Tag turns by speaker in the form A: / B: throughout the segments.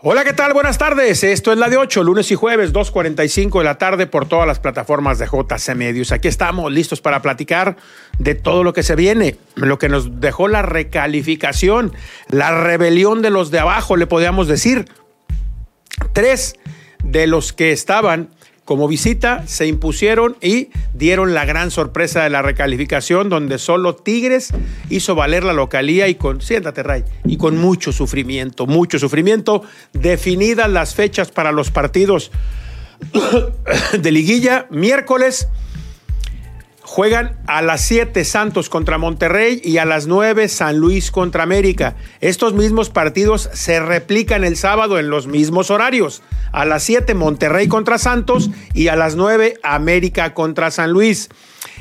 A: Hola, ¿qué tal? Buenas tardes. Esto es la de 8, lunes y jueves, 2.45 de la tarde por todas las plataformas de JC Medios. Aquí estamos listos para platicar de todo lo que se viene, lo que nos dejó la recalificación, la rebelión de los de abajo, le podíamos decir. Tres de los que estaban como visita se impusieron y dieron la gran sorpresa de la recalificación donde solo Tigres hizo valer la localía y con siéntate Ray y con mucho sufrimiento, mucho sufrimiento definidas las fechas para los partidos de liguilla miércoles Juegan a las 7 Santos contra Monterrey y a las 9 San Luis contra América. Estos mismos partidos se replican el sábado en los mismos horarios. A las 7 Monterrey contra Santos y a las 9 América contra San Luis.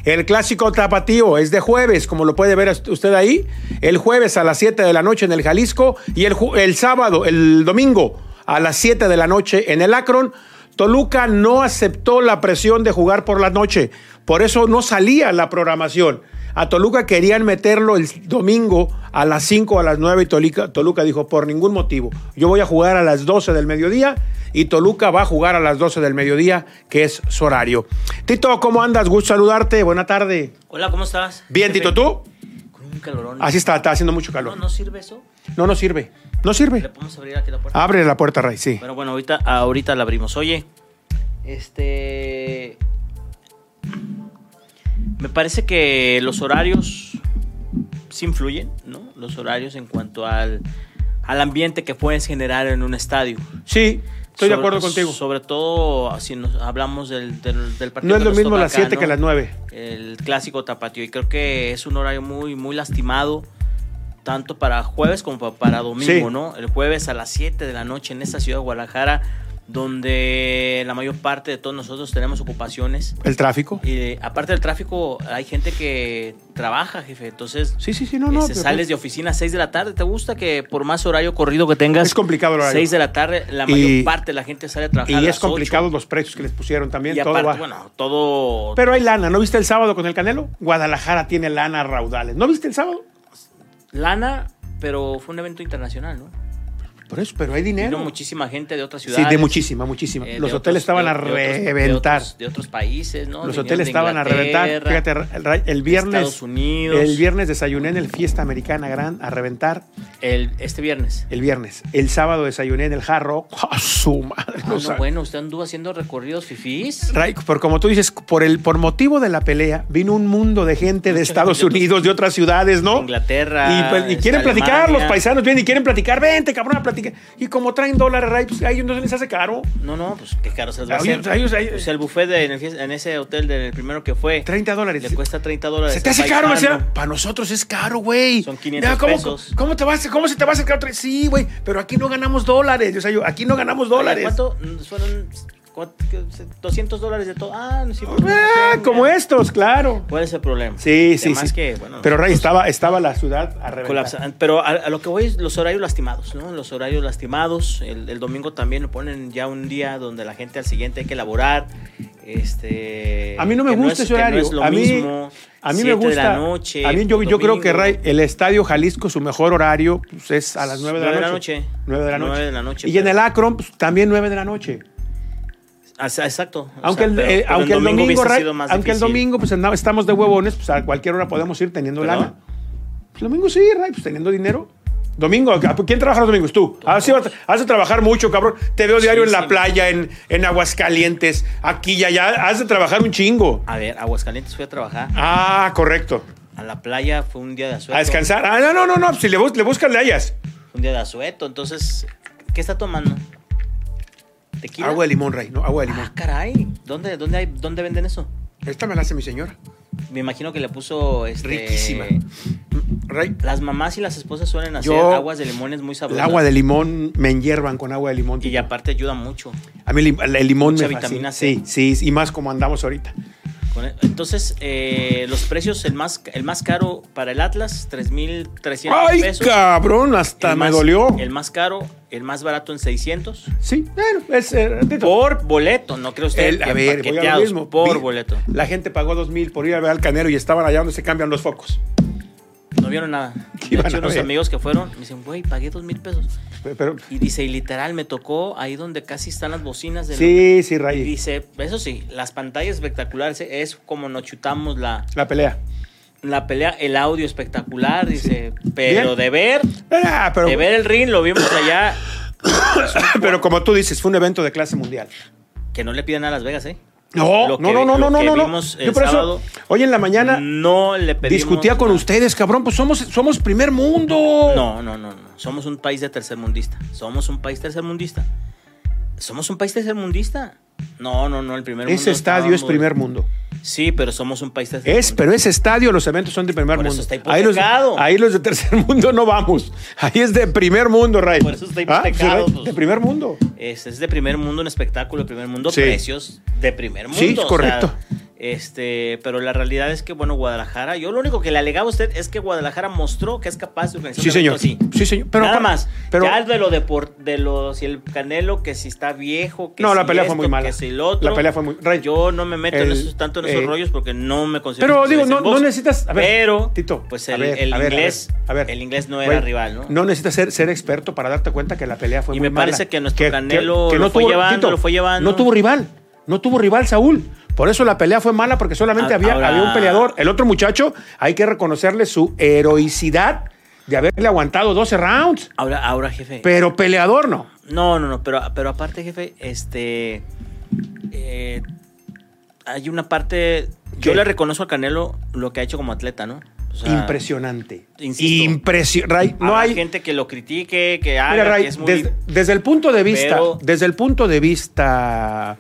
A: El clásico tapatío es de jueves, como lo puede ver usted ahí. El jueves a las 7 de la noche en el Jalisco y el, ju- el sábado, el domingo a las 7 de la noche en el Akron. Toluca no aceptó la presión de jugar por la noche, por eso no salía la programación. A Toluca querían meterlo el domingo a las 5 o a las 9 y Toluca, Toluca dijo, por ningún motivo, yo voy a jugar a las 12 del mediodía y Toluca va a jugar a las 12 del mediodía, que es su horario. Tito, ¿cómo andas? Gusto saludarte, buena tarde.
B: Hola, ¿cómo estás?
A: Bien, Tito, ¿tú?
B: Con un calorón.
A: Así está, está haciendo mucho calor.
B: No, no sirve eso.
A: No, no sirve, no
B: Le
A: sirve.
B: podemos abrir aquí la puerta.
A: Abre la puerta, Ray, sí.
B: Pero bueno, ahorita, ahorita la abrimos. Oye, este. Me parece que los horarios sí influyen, ¿no? Los horarios en cuanto al, al ambiente que puedes generar en un estadio.
A: Sí, estoy de
B: Sobre-
A: acuerdo contigo.
B: Sobre todo si nos hablamos del, del, del partido.
A: No es
B: que
A: lo
B: nos
A: mismo
B: toca
A: las
B: acá,
A: 7 que
B: ¿no?
A: las 9.
B: el clásico tapatío y creo que es un horario muy muy lastimado tanto para jueves como pa- para domingo,
A: Sí.
B: ¿no? El jueves a las 7 de la noche en esta ciudad de Guadalajara donde la mayor parte de todos nosotros tenemos ocupaciones
A: El tráfico.
B: y eh, aparte del tráfico hay gente que trabaja, jefe, entonces
A: Sí, sí, sí, no, no. pero-
B: este,
A: pues,
B: sales de oficina a 6 de la tarde, ¿te gusta que por más horario corrido que tengas
A: Es complicado el horario.
B: 6 de la tarde la
A: Y-
B: mayor parte de la gente sale a trabajar a
A: y es
B: las ocho.
A: complicado los precios que les pusieron también.
B: y
A: todo
B: aparte,
A: va.
B: bueno, todo
A: Pero hay lana. ¿No viste el sábado con el Canelo? Guadalajara tiene lana a raudales. ¿No viste el sábado?
B: lana, pero fue un evento internacional, ¿no?
A: Por eso, pero hay
B: Vino
A: dinero.
B: muchísima gente de otras
A: Sí,
B: ciudades.
A: de muchísima, muchísima.
B: eh, de
A: los
B: otros-
A: hoteles estaban
B: de-
A: a
B: de otros- de
A: reventar.
B: otros- De otros, países, ¿no?
A: los
B: Vinieron
A: hoteles
B: de
A: estaban a reventar.
B: Inglaterra,
A: Fíjate, el, ra- el
B: de Estados
A: viernes.
B: Unidos.
A: El viernes desayuné en el Fiesta Americana Gran a reventar
B: el- este viernes.
A: el viernes. El sábado desayuné en el Jarro. ¡Ah, su madre!
B: Ah,
A: no
B: no,
A: sabe.
B: bueno, usted anduvo haciendo recorridos fifís.
A: Ray, por como tú dices, por el por motivo de la pelea vino un mundo de gente de Estados Unidos, de otras ciudades, ¿no?
B: Inglaterra.
A: Y, pues, y
B: este,
A: quieren platicar,
B: Alemania.
A: los paisanos vienen y quieren platicar, vente cabrón a platicar. Y como traen dólares, Ray, pues a ellos no se les hace caro.
B: No, no, pues qué caro se les va a
A: Ay,
B: hacer.
A: ay, ay, ay.
B: Pues, el buffet de- en, el fies- en ese hotel del primero que fue
A: 30 dólares.
B: le cuesta 30 dólares.
A: se te
B: al
A: hace caro, o
B: paisano.
A: sea, para nosotros es caro, güey.
B: Son 500
A: ¿cómo,
B: pesos.
A: ¿Cómo te vas, cómo se te va a hacer caro? Sí, güey, pero aquí no ganamos dólares, o sea, yo, aquí no ganamos dólares.
B: ¿Cuánto? Mm, Fueron ¿cuánto? ¿Qué? 200 dólares de todo. Ah, no, sí. pues,
A: Ah,
B: no,
A: como
B: mira.
A: estos, claro.
B: ¿Cuál es el problema?
A: Sí, sí,
B: Además
A: sí.
B: que, bueno, pues,
A: pero Ray estaba estaba la ciudad a reventar.
B: colapsa. Pero a, a lo que voy es los horarios lastimados, ¿no? Los horarios lastimados. El, el domingo también lo ponen ya un día donde la gente al siguiente hay que elaborar. Este,
A: A mí no me
B: que
A: gusta
B: es-
A: ese
B: que no
A: horario.
B: es lo
A: a mí,
B: mismo.
A: a mí me
B: Siete
A: gusta.
B: de la noche,
A: a mí yo, yo creo que
B: domingo.
A: Ray, el Estadio Jalisco, su mejor horario pues, es a las 9 de,
B: Nueve
A: la noche. 9 de la noche.
B: Nueve de la noche,
A: Y en
B: pero-
A: el Akron pues, también 9 de la noche.
B: Ah, sí, Exacto. O
A: Aunque,
B: sea,
A: el,
B: pero-
A: eh,
B: pero
A: aunque el domingo,
B: hubiese
A: Ray,
B: sido más
A: aunque el
B: difícil.
A: domingo pues, andaba- estamos de huevones, pues a cualquier hora podemos ir teniendo
B: ¿Perdón?
A: lana. Pues, el domingo sí, Ray, pues teniendo dinero. Domingo, ah, pues, ¿quién trabaja los domingos? Tú. Ahora sí vas a- has de trabajar mucho, cabrón. Te veo diario en la
B: sí.
A: playa, en, en Aguascalientes, aquí y allá. Has de trabajar un chingo.
B: A ver, a Aguascalientes fui a trabajar.
A: Ah, correcto.
B: A la playa fue un día de asueto.
A: A descansar. Ah, no, no, no, no. Si le, bus- le buscas, le hallas.
B: Un día de asueto. Entonces, ¿qué está tomando? Tequila.
A: Agua de limón, Rey. No, agua de limón.
B: Ah, caray. ¿Dónde, dónde, hay, ¿Dónde venden eso?
A: Esta me la hace mi señora.
B: Me imagino que le puso. Este,
A: Riquísima. Rey.
B: Las mamás y las esposas suelen hacer
A: Yo-
B: aguas de limones muy
A: El
B: sabrosas.
A: agua de limón me enhiervan con agua de limón.
B: Y aparte ayuda mucho.
A: A mí el, lim- el limón
B: Mucha
A: me fascina.
B: vitamina C.
A: Sí, sí, y más como andamos ahorita.
B: Con- e-, Entonces, eh, los precios, el más, el más caro para el Atlas, 3.300
A: Ay,
B: pesos.
A: cabrón, hasta
B: El
A: me
B: más-
A: dolió.
B: El más caro, el más barato en 600.
A: Sí, bueno, es eh, Tito.
B: Por boleto, no creo usted.
A: El- a
B: que
A: ver, voy a lo
B: paqueteados,
A: mismo.
B: Por
A: Vi-
B: boleto.
A: La gente pagó dos mil por ir a ver al canero y estaban allá donde se cambian los focos.
B: No, no vieron nada.
A: ¿Qué
B: De
A: iban
B: hecho,
A: a
B: unos
A: ver?
B: amigos que fueron me dicen, güey, pagué dos mil pesos.
A: Pero,
B: Y dice, y literal, me tocó ahí donde casi están las bocinas del.
A: sí, sí,
B: Y
A: Ray.
B: dice, eso sí, las pantallas espectaculares, eh, es como nos chutamos la,
A: La pelea.
B: la pelea, el audio espectacular, dice,
A: Bien.
B: pero de ver,
A: Ah, pero,
B: de ver el ring, lo vimos allá,
A: pero como tú dices, fue un evento de clase mundial.
B: que no le piden a Las Vegas, ¿eh?
A: No,
B: Lo
A: no,
B: que-
A: no, no, no,
B: lo
A: no,
B: que
A: no.
B: vimos el
A: Yo por eso,
B: sábado.
A: hoy en la mañana
B: No le pedimos.
A: discutía con ustedes, cabrón, pues somos, somos primer mundo.
B: No, no, no, no. Somos un país de tercermundista. Somos un país tercermundista. Somos un país tercermundista. No, no, no, el primer mundo.
A: Ese estadio es
B: estábamos-
A: primer mundo.
B: Sí, pero somos un país tercermundista.
A: Es, pero ese estadio, los eventos son de primer
B: Por eso
A: mundo.
B: está
A: ahí, los,
B: hipotecado.
A: ahí los de tercer mundo no vamos. Ahí es de primer mundo, Ray.
B: Por eso está
A: Ah, sí,
B: hipotecado,
A: Ray,
B: pues.
A: De primer mundo.
B: Este es de primer mundo un espectáculo, de primer mundo
A: Sí.
B: precios de primer mundo.
A: Sí,
B: o sea,
A: correcto.
B: este, pero la realidad es que, bueno, Guadalajara, yo lo único que le alegaba a usted es que Guadalajara mostró que es capaz de organizar
A: Sí,
B: un
A: señor.
B: evento así.
A: Sí, señor. Pero,
B: Nada más.
A: Pero,
B: ya de lo depor- de lo, si el Canelo, que si está viejo, que
A: No,
B: si
A: la pelea fue
B: esto,
A: muy mala.
B: que si el otro.
A: La pelea fue muy- Ray,
B: yo no me meto en
A: el-
B: esos, tanto en esos
A: eh,
B: rollos porque no me considero.
A: pero
B: que
A: digo,
B: soy
A: no, no
B: box.
A: necesitas. a ver,
B: pero,
A: Tito,
B: pues
A: a
B: el,
A: ver,
B: el
A: a ver, a
B: inglés,
A: ver, a ver.
B: el inglés no era
A: Güey,
B: rival, ¿no?
A: necesitas ser, ser experto para darte cuenta que la pelea fue
B: Y
A: muy
B: me parece
A: mala.
B: que nuestro Canelo lo fue llevando, lo fue llevando.
A: No tuvo rival. No tuvo rival Saúl. Por eso la pelea fue mala, porque solamente
B: Ah,
A: había,
B: ahora-
A: había un peleador. El otro muchacho, hay que reconocerle su heroicidad de haberle aguantado 12 rounds.
B: Ahora, ahora, jefe.
A: Pero peleador no.
B: No, no, no, pero, pero aparte, jefe, este. eh, hay una parte. Yo
A: ¿Qué?
B: le reconozco a Canelo lo que ha hecho como atleta, ¿no? O sea,
A: Impresionante.
B: insisto.
A: Impresionante. No
B: habrá
A: hay.
B: gente que lo critique, que haga,
A: Mira, Ray,
B: que es muy
A: desde, desde el punto de vista,
B: Pero-
A: desde el punto de vista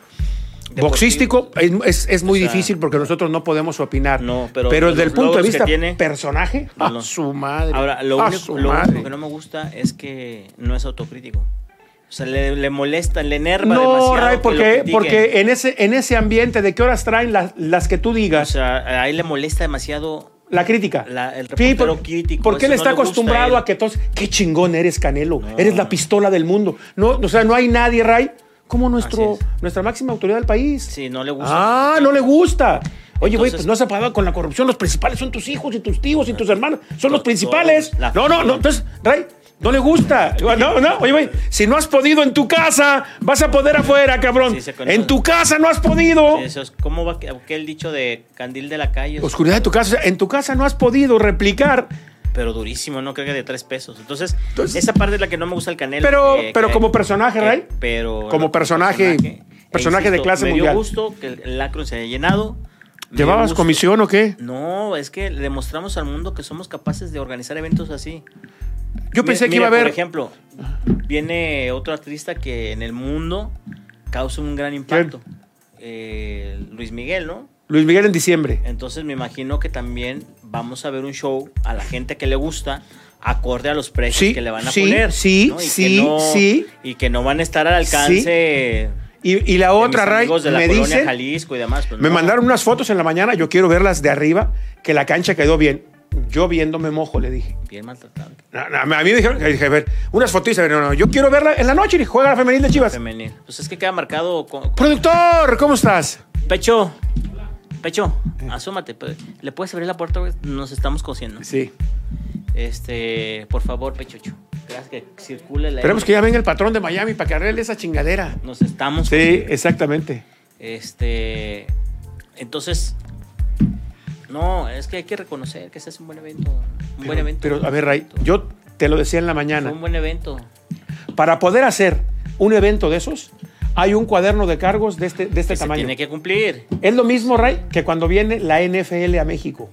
B: deportivo.
A: boxístico, es, es- es muy
B: O sea,
A: difícil porque nosotros no podemos opinar.
B: No, pero los
A: desde el punto de
B: logros que
A: vista
B: tiene-
A: personaje,
B: No,
A: a
B: no.
A: su madre.
B: Ahora, lo,
A: a
B: único,
A: su
B: lo
A: madre.
B: único que no me gusta es que no es autocrítico. O sea, le, le molesta, le enerva demasiado.
A: No, Ray,
B: que lo
A: porque,
B: critiquen.
A: porque en ese, en ese ambiente de qué horas traen las, las que tú
B: O
A: digas.
B: sea, a él le molesta demasiado.
A: la crítica.
B: La- el
A: Sí,
B: reportero
A: por-
B: crítico,
A: Porque él
B: eso
A: está
B: no le gusta
A: acostumbrado
B: a él.
A: a que todos. Qué chingón eres, Canelo.
B: No.
A: Eres la pistola del mundo. No, o sea, no hay nadie, Ray, como nuestro,
B: Así
A: nuestra máxima autoridad del país.
B: Sí, no le gusta.
A: Ah, no le gusta. Oye, güey,
B: Entonces-
A: pues no has acabado con la corrupción. Los principales son tus hijos y tus tíos y tus hermanos. Son los
B: Todos,
A: principales.
B: la-
A: No, no, no. Entonces, Ray, no le gusta. No, no. Oye, güey, si no has podido en tu casa, vas a poder afuera, cabrón.
B: Sí, se conoce.
A: En tu casa no has podido.
B: Eso es- ¿Cómo va que- aquel dicho de candil de la calle?
A: Oscuridad de tu casa. O sea, En tu casa no has podido replicar.
B: Pero durísimo, no creo que de tres pesos. Entonces,
A: Entonces-
B: esa parte es la que no me gusta el canelo.
A: Pero-
B: que-
A: pero
B: que-
A: como personaje,
B: que-
A: Ray.
B: Pero.
A: Como personaje-
B: E
A: personaje de clase
B: me
A: mundial.
B: Me dio gusto que el lacro se haya llenado. Me
A: ¿Llevabas
B: dio gusto-
A: comisión o qué?
B: No, es que le demostramos al mundo que somos capaces de organizar eventos así.
A: Yo
B: Mi-
A: pensé que
B: mira,
A: iba a haber.
B: Por ejemplo, viene otro artista que en el mundo causa un gran impacto. Eh, Luis Miguel, ¿no?
A: Luis Miguel en diciembre.
B: Entonces me imagino que también vamos a ver un show a la gente que le gusta acorde a los precios
A: Sí,
B: que le van a
A: sí,
B: poner.
A: sí,
B: ¿no? Y que
A: sí,
B: no-
A: sí.
B: Y que no van a estar al alcance. de
A: Y, y la
B: mis
A: otra, Ray,
B: amigos de la
A: me
B: colonia
A: dicen.
B: Jalisco y demás. pues
A: Me
B: no.
A: mandaron unas fotos en la mañana, yo quiero verlas de arriba, que la cancha quedó bien. Yo viéndome mojo, le dije.
B: Bien maltratado.
A: No, no, A mí me dijeron, dije, a ver, unas fotitas, no, no, yo quiero verla en la noche y dije, juega la femenil de Chivas.
B: Femenil. Pues es que queda marcado. con-
A: Productor, ¿cómo estás?
B: Pecho. Pecho, asómate. pe- ¿Le puedes abrir la puerta? güey? Nos estamos cociendo.
A: Sí.
B: Este, por favor, Pechucho. Gracias que circule la.
A: Esperemos que ya venga el patrón de Miami para que arregle esa chingadera.
B: Nos estamos.
A: Sí, exactamente.
B: Este. Entonces. No, es que hay que reconocer que ese es un buen evento. Un buen
A: Pero-
B: evento.
A: Pero, a ver, Este Ray, yo te lo decía en la
B: Fue
A: mañana.
B: un buen evento.
A: Para poder hacer un evento de esos, hay un cuaderno de cargos de este, de este
B: Que se
A: tamaño.
B: tiene que cumplir.
A: Es lo mismo, Ray, que cuando viene la NFL a México,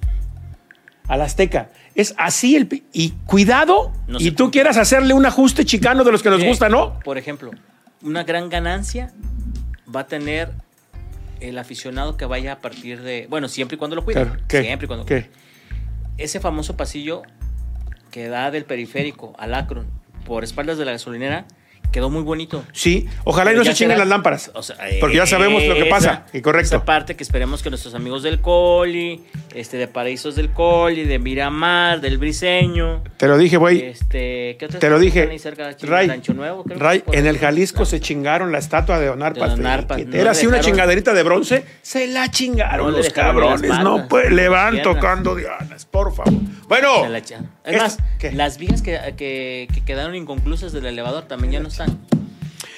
A: al Azteca. Es así el... pi- Y cuidado,
B: No
A: y
B: se
A: tú quieras hacerle un ajuste chicano de los que nos
B: Eh,
A: gusta, ¿no?
B: Por ejemplo, una gran ganancia va a tener el aficionado que vaya a partir de. Bueno, siempre y cuando lo cuide.
A: Claro, ¿qué?
B: Siempre y cuando.
A: ¿Qué?
B: Ese famoso pasillo que da del periférico al Akron por espaldas de la gasolinera, quedó muy bonito.
A: Sí, ojalá y
B: Pero
A: no
B: ya
A: se chinguen
B: será-
A: las lámparas.
B: o sea, eh,
A: porque ya sabemos lo que
B: esa-
A: pasa. Y correcto.
B: Esa parte que esperemos que nuestros amigos del Coli, este, de Paraísos del Coli, de Miramar, del Briseño.
A: Te lo dije, güey.
B: Este, ¿qué otras
A: Te lo
B: cosas
A: dije,
B: están ahí cerca de Chile?
A: Ray,
B: Rancho Nuevo, creo que
A: Ray,
B: es por
A: en
B: ahí.
A: el Jalisco
B: No,
A: se chingaron la estatua de Don Arpas.
B: De Don
A: te-
B: Arpas.
A: que
B: No le
A: Era así una
B: dejaron-
A: chingaderita de bronce. Se la chingaron
B: No le
A: los
B: dejaron ni las
A: cabrones. No
B: bandas,
A: pues, le
B: ni las
A: van
B: piernas.
A: tocando dianas, por favor. Bueno.
B: se la echaron.
A: es-
B: Es más,
A: ¿qué?
B: las vías que, que- que quedaron inconclusas del elevador también ya no están.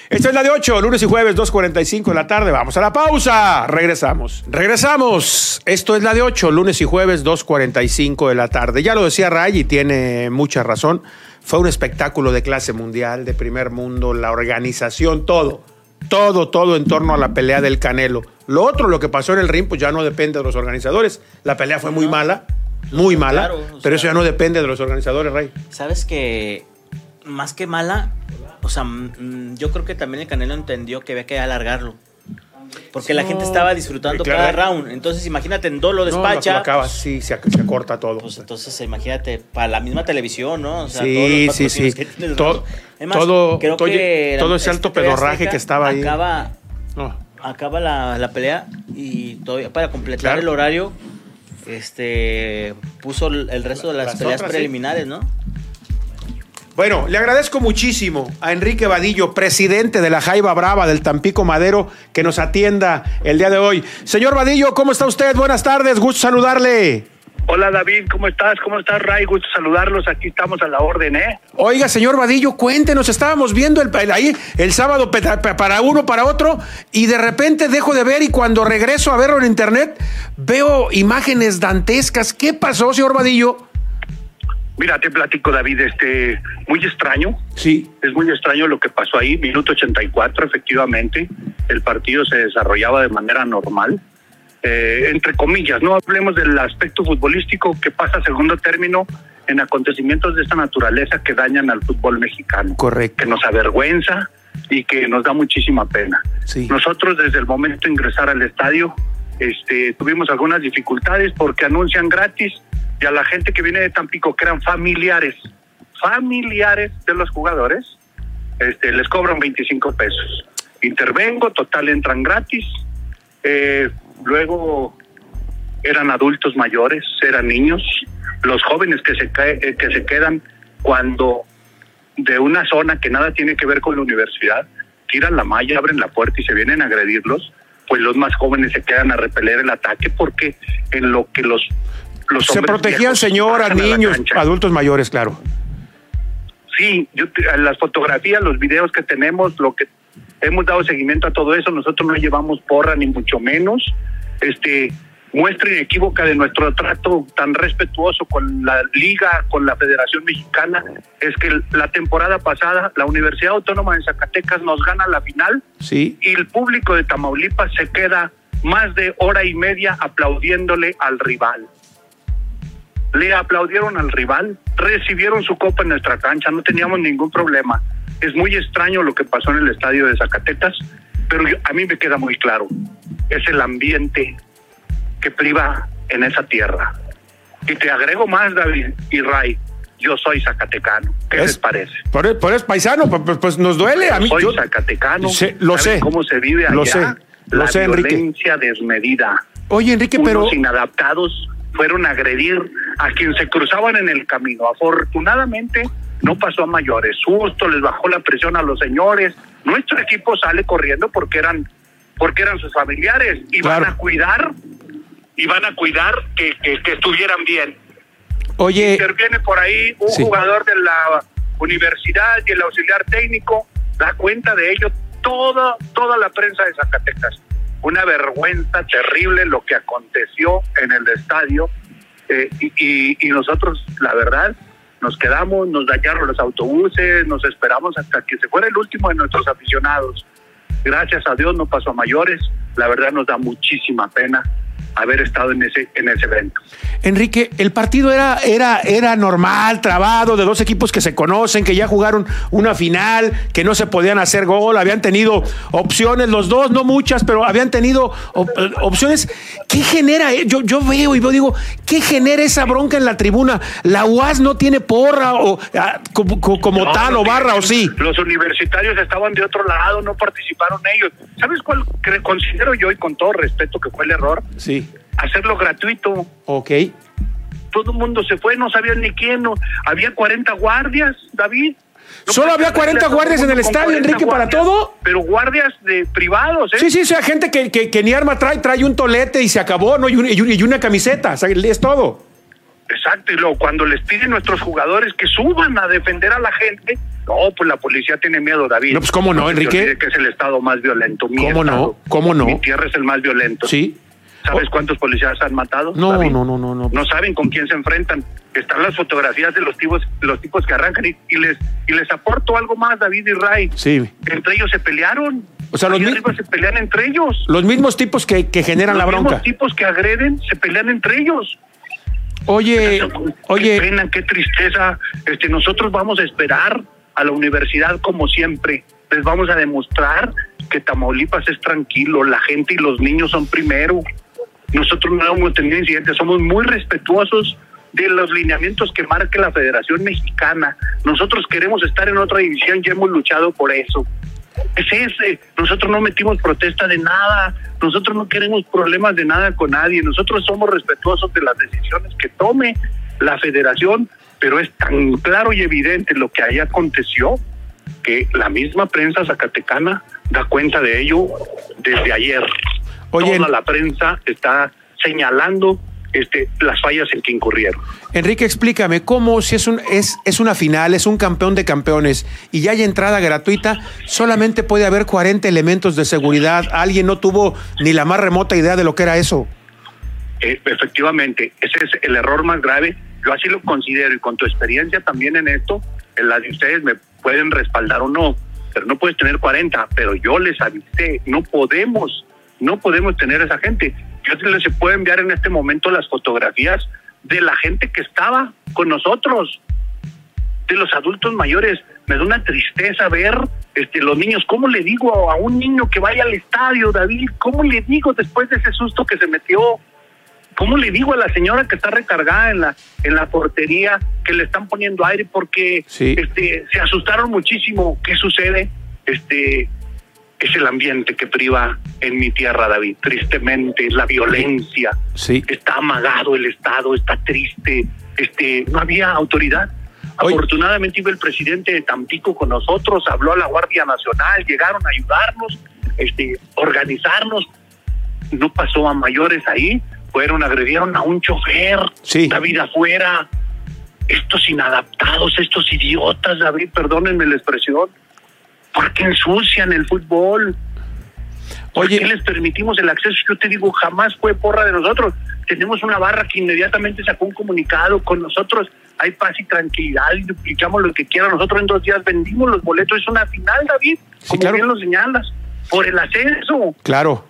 A: Esta es la de 8, lunes y jueves, 2.45 de la tarde. Vamos a la pausa. Regresamos. Regresamos. Esto es la de 8, lunes y jueves, 2.45 de la tarde. Ya lo decía Ray y tiene mucha razón. Fue un espectáculo de clase mundial, de primer mundo, la organización, todo. Todo, todo en torno a la pelea del Canelo. Lo otro, lo que pasó en el ring, pues ya no depende de los organizadores. La pelea fue muy
B: No.
A: mala, muy
B: No,
A: mala,
B: claro,
A: pero
B: o sea-
A: eso ya no depende de los organizadores, Ray.
B: Sabes que más que mala, o sea, mm, yo creo que también el Canelo entendió que había que alargarlo. Porque la
A: No,
B: gente estaba disfrutando
A: claro.
B: cada round. Entonces, imagínate, en Dolo
A: No,
B: despacha.
A: lo acabas, sí, se, ac- se acorta todo.
B: Pues entonces, imagínate, para la misma televisión, ¿no? O sea,
A: Sí,
B: todos los
A: sí, sí.
B: patrocinios que tiene el
A: To-
B: rato. Además,
A: todo-
B: creo
A: todo-
B: que la- este
A: todo ese alto
B: TV
A: pedorraje
B: Azteca
A: que estaba ahí.
B: Acaba,
A: No.
B: acaba la, la pelea y todavía para completar
A: Claro.
B: el horario, este puso el el resto de las,
A: Las
B: peleas
A: otras, sí.
B: preliminares, ¿no?
A: Bueno, le agradezco muchísimo a Enrique Vadillo, presidente de la Jaiba Brava del Tampico Madero, que nos atienda el día de hoy. Señor Vadillo, ¿cómo está usted? Buenas tardes, gusto saludarle.
C: Hola David, ¿cómo estás? ¿Cómo estás Ray? Gusto saludarlos, aquí estamos a la orden, ¿eh?
A: Oiga, señor Vadillo, cuéntenos, estábamos viendo el, el- ahí el sábado pe- pa- para uno, para otro, y de repente dejo de ver y cuando regreso a verlo en internet, veo imágenes dantescas. ¿Qué pasó, señor Vadillo?
C: Mira, te platico David, este, muy extraño,
A: Sí.
C: es muy extraño lo que pasó ahí, minuto 84 efectivamente, el partido se desarrollaba de manera normal, eh, entre comillas, no hablemos del aspecto futbolístico que pasa a segundo término en acontecimientos de esta naturaleza que dañan al fútbol mexicano.
A: Correcto.
C: que nos avergüenza y que nos da muchísima pena.
A: Sí.
C: Nosotros desde el momento de ingresar al estadio este, tuvimos algunas dificultades porque anuncian gratis y a la gente que viene de Tampico, que eran familiares, familiares de los jugadores, este, les cobran 25 pesos. Intervengo, total, entran gratis. Eh, luego eran adultos mayores, eran niños, los jóvenes que se, cae- eh, que se quedan cuando de una zona que nada tiene que ver con la universidad, tiran la malla, abren la puerta y se vienen a agredirlos, pues los más jóvenes se quedan a repeler el ataque porque en lo que los... los
A: Se
C: hombres
A: protegían
C: viejos
A: señoras,
C: bajan a la
A: niños,
C: cancha.
A: adultos mayores, claro.
C: Sí, yo, te- a las fotografías, los videos que tenemos, lo que hemos dado seguimiento a todo eso, nosotros no llevamos porra ni mucho menos. Este muestra inequívoca de nuestro trato tan respetuoso con la liga, con la Federación Mexicana, es que la temporada pasada la Universidad Autónoma de Zacatecas nos gana la final
A: Sí.
C: y el público de Tamaulipas se queda más de hora y media aplaudiéndole al rival. Le aplaudieron al rival, recibieron su copa en nuestra cancha, no teníamos ningún problema. Es muy extraño lo que pasó en el estadio de Zacatecas, pero yo- a mí me queda muy claro, es el ambiente que priva en esa tierra. Y te agrego más, David y Ray, yo soy zacatecano. ¿Qué
A: Es-
C: les parece?
A: Por, por es paisano, pues, pues- pues nos duele a mí.
C: soy
A: yo-
C: zacatecano.
A: Sí, lo
C: ¿saben
A: sé.
C: ¿Cómo se vive allá?
A: Lo sé, lo
C: La
A: sé, Enrique.
C: violencia desmedida.
A: Oye, Enrique, pero
C: Unos inadaptados fueron a agredir a quien se cruzaban en el camino. Afortunadamente no pasó a mayores. Susto, les bajó la presión a los señores. Nuestro equipo sale corriendo porque eran porque eran sus familiares y van
A: Claro.
C: a cuidar y van a cuidar que, que- que estuvieran bien.
A: oye,
C: Interviene por ahí un
A: Sí.
C: jugador de la universidad y el auxiliar técnico da cuenta de ello toda toda la prensa de Zacatecas. Una vergüenza terrible lo que aconteció en el estadio eh, y, y- y nosotros, la verdad, nos quedamos, nos dañaron los autobuses, nos esperamos hasta que se fuera el último de nuestros aficionados. Gracias a Dios no pasó a mayores. La verdad nos da muchísima pena haber estado en ese, en ese evento.
A: Enrique, el partido era, era, era normal, trabado, de dos equipos que se conocen, que ya jugaron una final, que no se podían hacer gol, habían tenido opciones, los dos, no muchas, pero habían tenido op- eh, opciones. ¿Qué genera? eh? Yo, yo veo y yo digo, ¿qué genera esa bronca en la tribuna? ¿La UAS no tiene porra o ah, como, como- como
C: No,
A: tal
C: los
A: o barra o
C: universi-
A: sí?
C: Los universitarios estaban de otro lado, no participaron ellos. ¿Sabes cuál cre- considero yo y con todo respeto que fue el error?
A: Sí,
C: Hacerlo gratuito.
A: ok.
C: Todo el mundo se fue, no sabían ni quién. no- Había 40 guardias, David. No
A: ¿Solo
C: puedes
A: había
C: hacer
A: 40
C: reglas,
A: guardias en el
C: con
A: estadio,
C: 40
A: Enrique, para
C: guardias,
A: todo?
C: Pero guardias de privados, ¿eh?
A: Sí, sí, o sea, gente que, que, que ni arma trae, trae un tolete y se acabó, ¿no? Y, un- y un- y una camiseta, o sea, es todo.
C: Exacto, y luego cuando les piden nuestros jugadores que suban a defender a la gente, no, pues la policía tiene miedo, David.
A: No, pues, ¿cómo no,
C: se te
A: Enrique?
C: olvide Que es el estado más violento. Mi
A: ¿Cómo no?
C: estado,
A: ¿Cómo no?
C: Mi tierra es el más violento.
A: Sí.
C: ¿Sabes cuántos policías han matado?
A: Oh. No,
C: David?
A: no, no, no, no.
C: No saben con quién se enfrentan. Están las fotografías de los tipos, los tipos que arrancan y, y les y les aporto algo más, David y Ray.
A: Sí.
C: Entre ellos se pelearon.
A: O sea, los
C: Ahí
A: mi-
C: arriba se pelean entre ellos.
A: Los mismos tipos que, que generan la
C: Los mismos
A: bronca.
C: tipos que agreden se pelean entre ellos.
A: Oye,
C: Qué
A: oye,
C: pena, qué tristeza. Este, nosotros vamos a esperar a la universidad como siempre. Les vamos a demostrar que Tamaulipas es tranquilo, la gente y los niños son primero. Nosotros no hemos tenido incidentes, somos muy respetuosos de los lineamientos que marque la Federación Mexicana. Nosotros queremos estar en otra división, ya hemos luchado por eso. Es ese, nosotros no metimos protesta de nada, nosotros no queremos problemas de nada con nadie, nosotros somos respetuosos de las decisiones que tome la federación, pero es tan claro y evidente lo que ahí aconteció que la misma prensa zacatecana da cuenta de ello desde ayer.
A: Oye,
C: Toda la prensa está señalando este, las fallas en que incurrieron.
A: Enrique, explícame cómo si es un es, es una final, es un campeón de campeones y ya hay entrada gratuita, solamente puede haber 40 elementos de seguridad. Alguien no tuvo ni la más remota idea de lo que era eso.
C: Eh, efectivamente, ese es el error más grave. Yo así lo considero y con tu experiencia también en esto, en la de ustedes me pueden respaldar o no, pero no puedes tener 40, pero yo les avisé, no podemos, no podemos tener a esa gente. Yo te- les puedo enviar en este momento las fotografías de la gente que estaba con nosotros, de los adultos mayores. Me da una tristeza ver este, los niños. ¿Cómo le digo a un niño que vaya al estadio, David? ¿Cómo le digo después de ese susto que se metió? ¿Cómo le digo a la señora que está recargada en la en la portería que le están poniendo aire porque
A: Sí.
C: este se asustaron muchísimo? ¿Qué sucede? Este es el ambiente que priva en mi tierra, David. Tristemente, la violencia.
A: Sí.
C: Está amagado el Estado, está triste. Este, no había autoridad.
A: Oye.
C: Afortunadamente iba el presidente de Tampico con nosotros, habló a la Guardia Nacional, llegaron a ayudarnos, este, organizarnos, no pasó a mayores ahí, fueron, agredieron a un chofer,
A: Sí.
C: David afuera, estos inadaptados, estos idiotas, David, perdónenme la expresión, ¿por qué ensucian el fútbol? ¿Por
A: Oye,
C: qué les permitimos el acceso? Yo te digo, jamás fue porra de nosotros. Tenemos una barra que inmediatamente sacó un comunicado con nosotros. Hay paz y tranquilidad y duplicamos lo que quiera. Nosotros en dos días vendimos los boletos. Es una final, David,
A: Sí,
C: como
A: claro.
C: bien lo señalas, por el ascenso.
A: claro.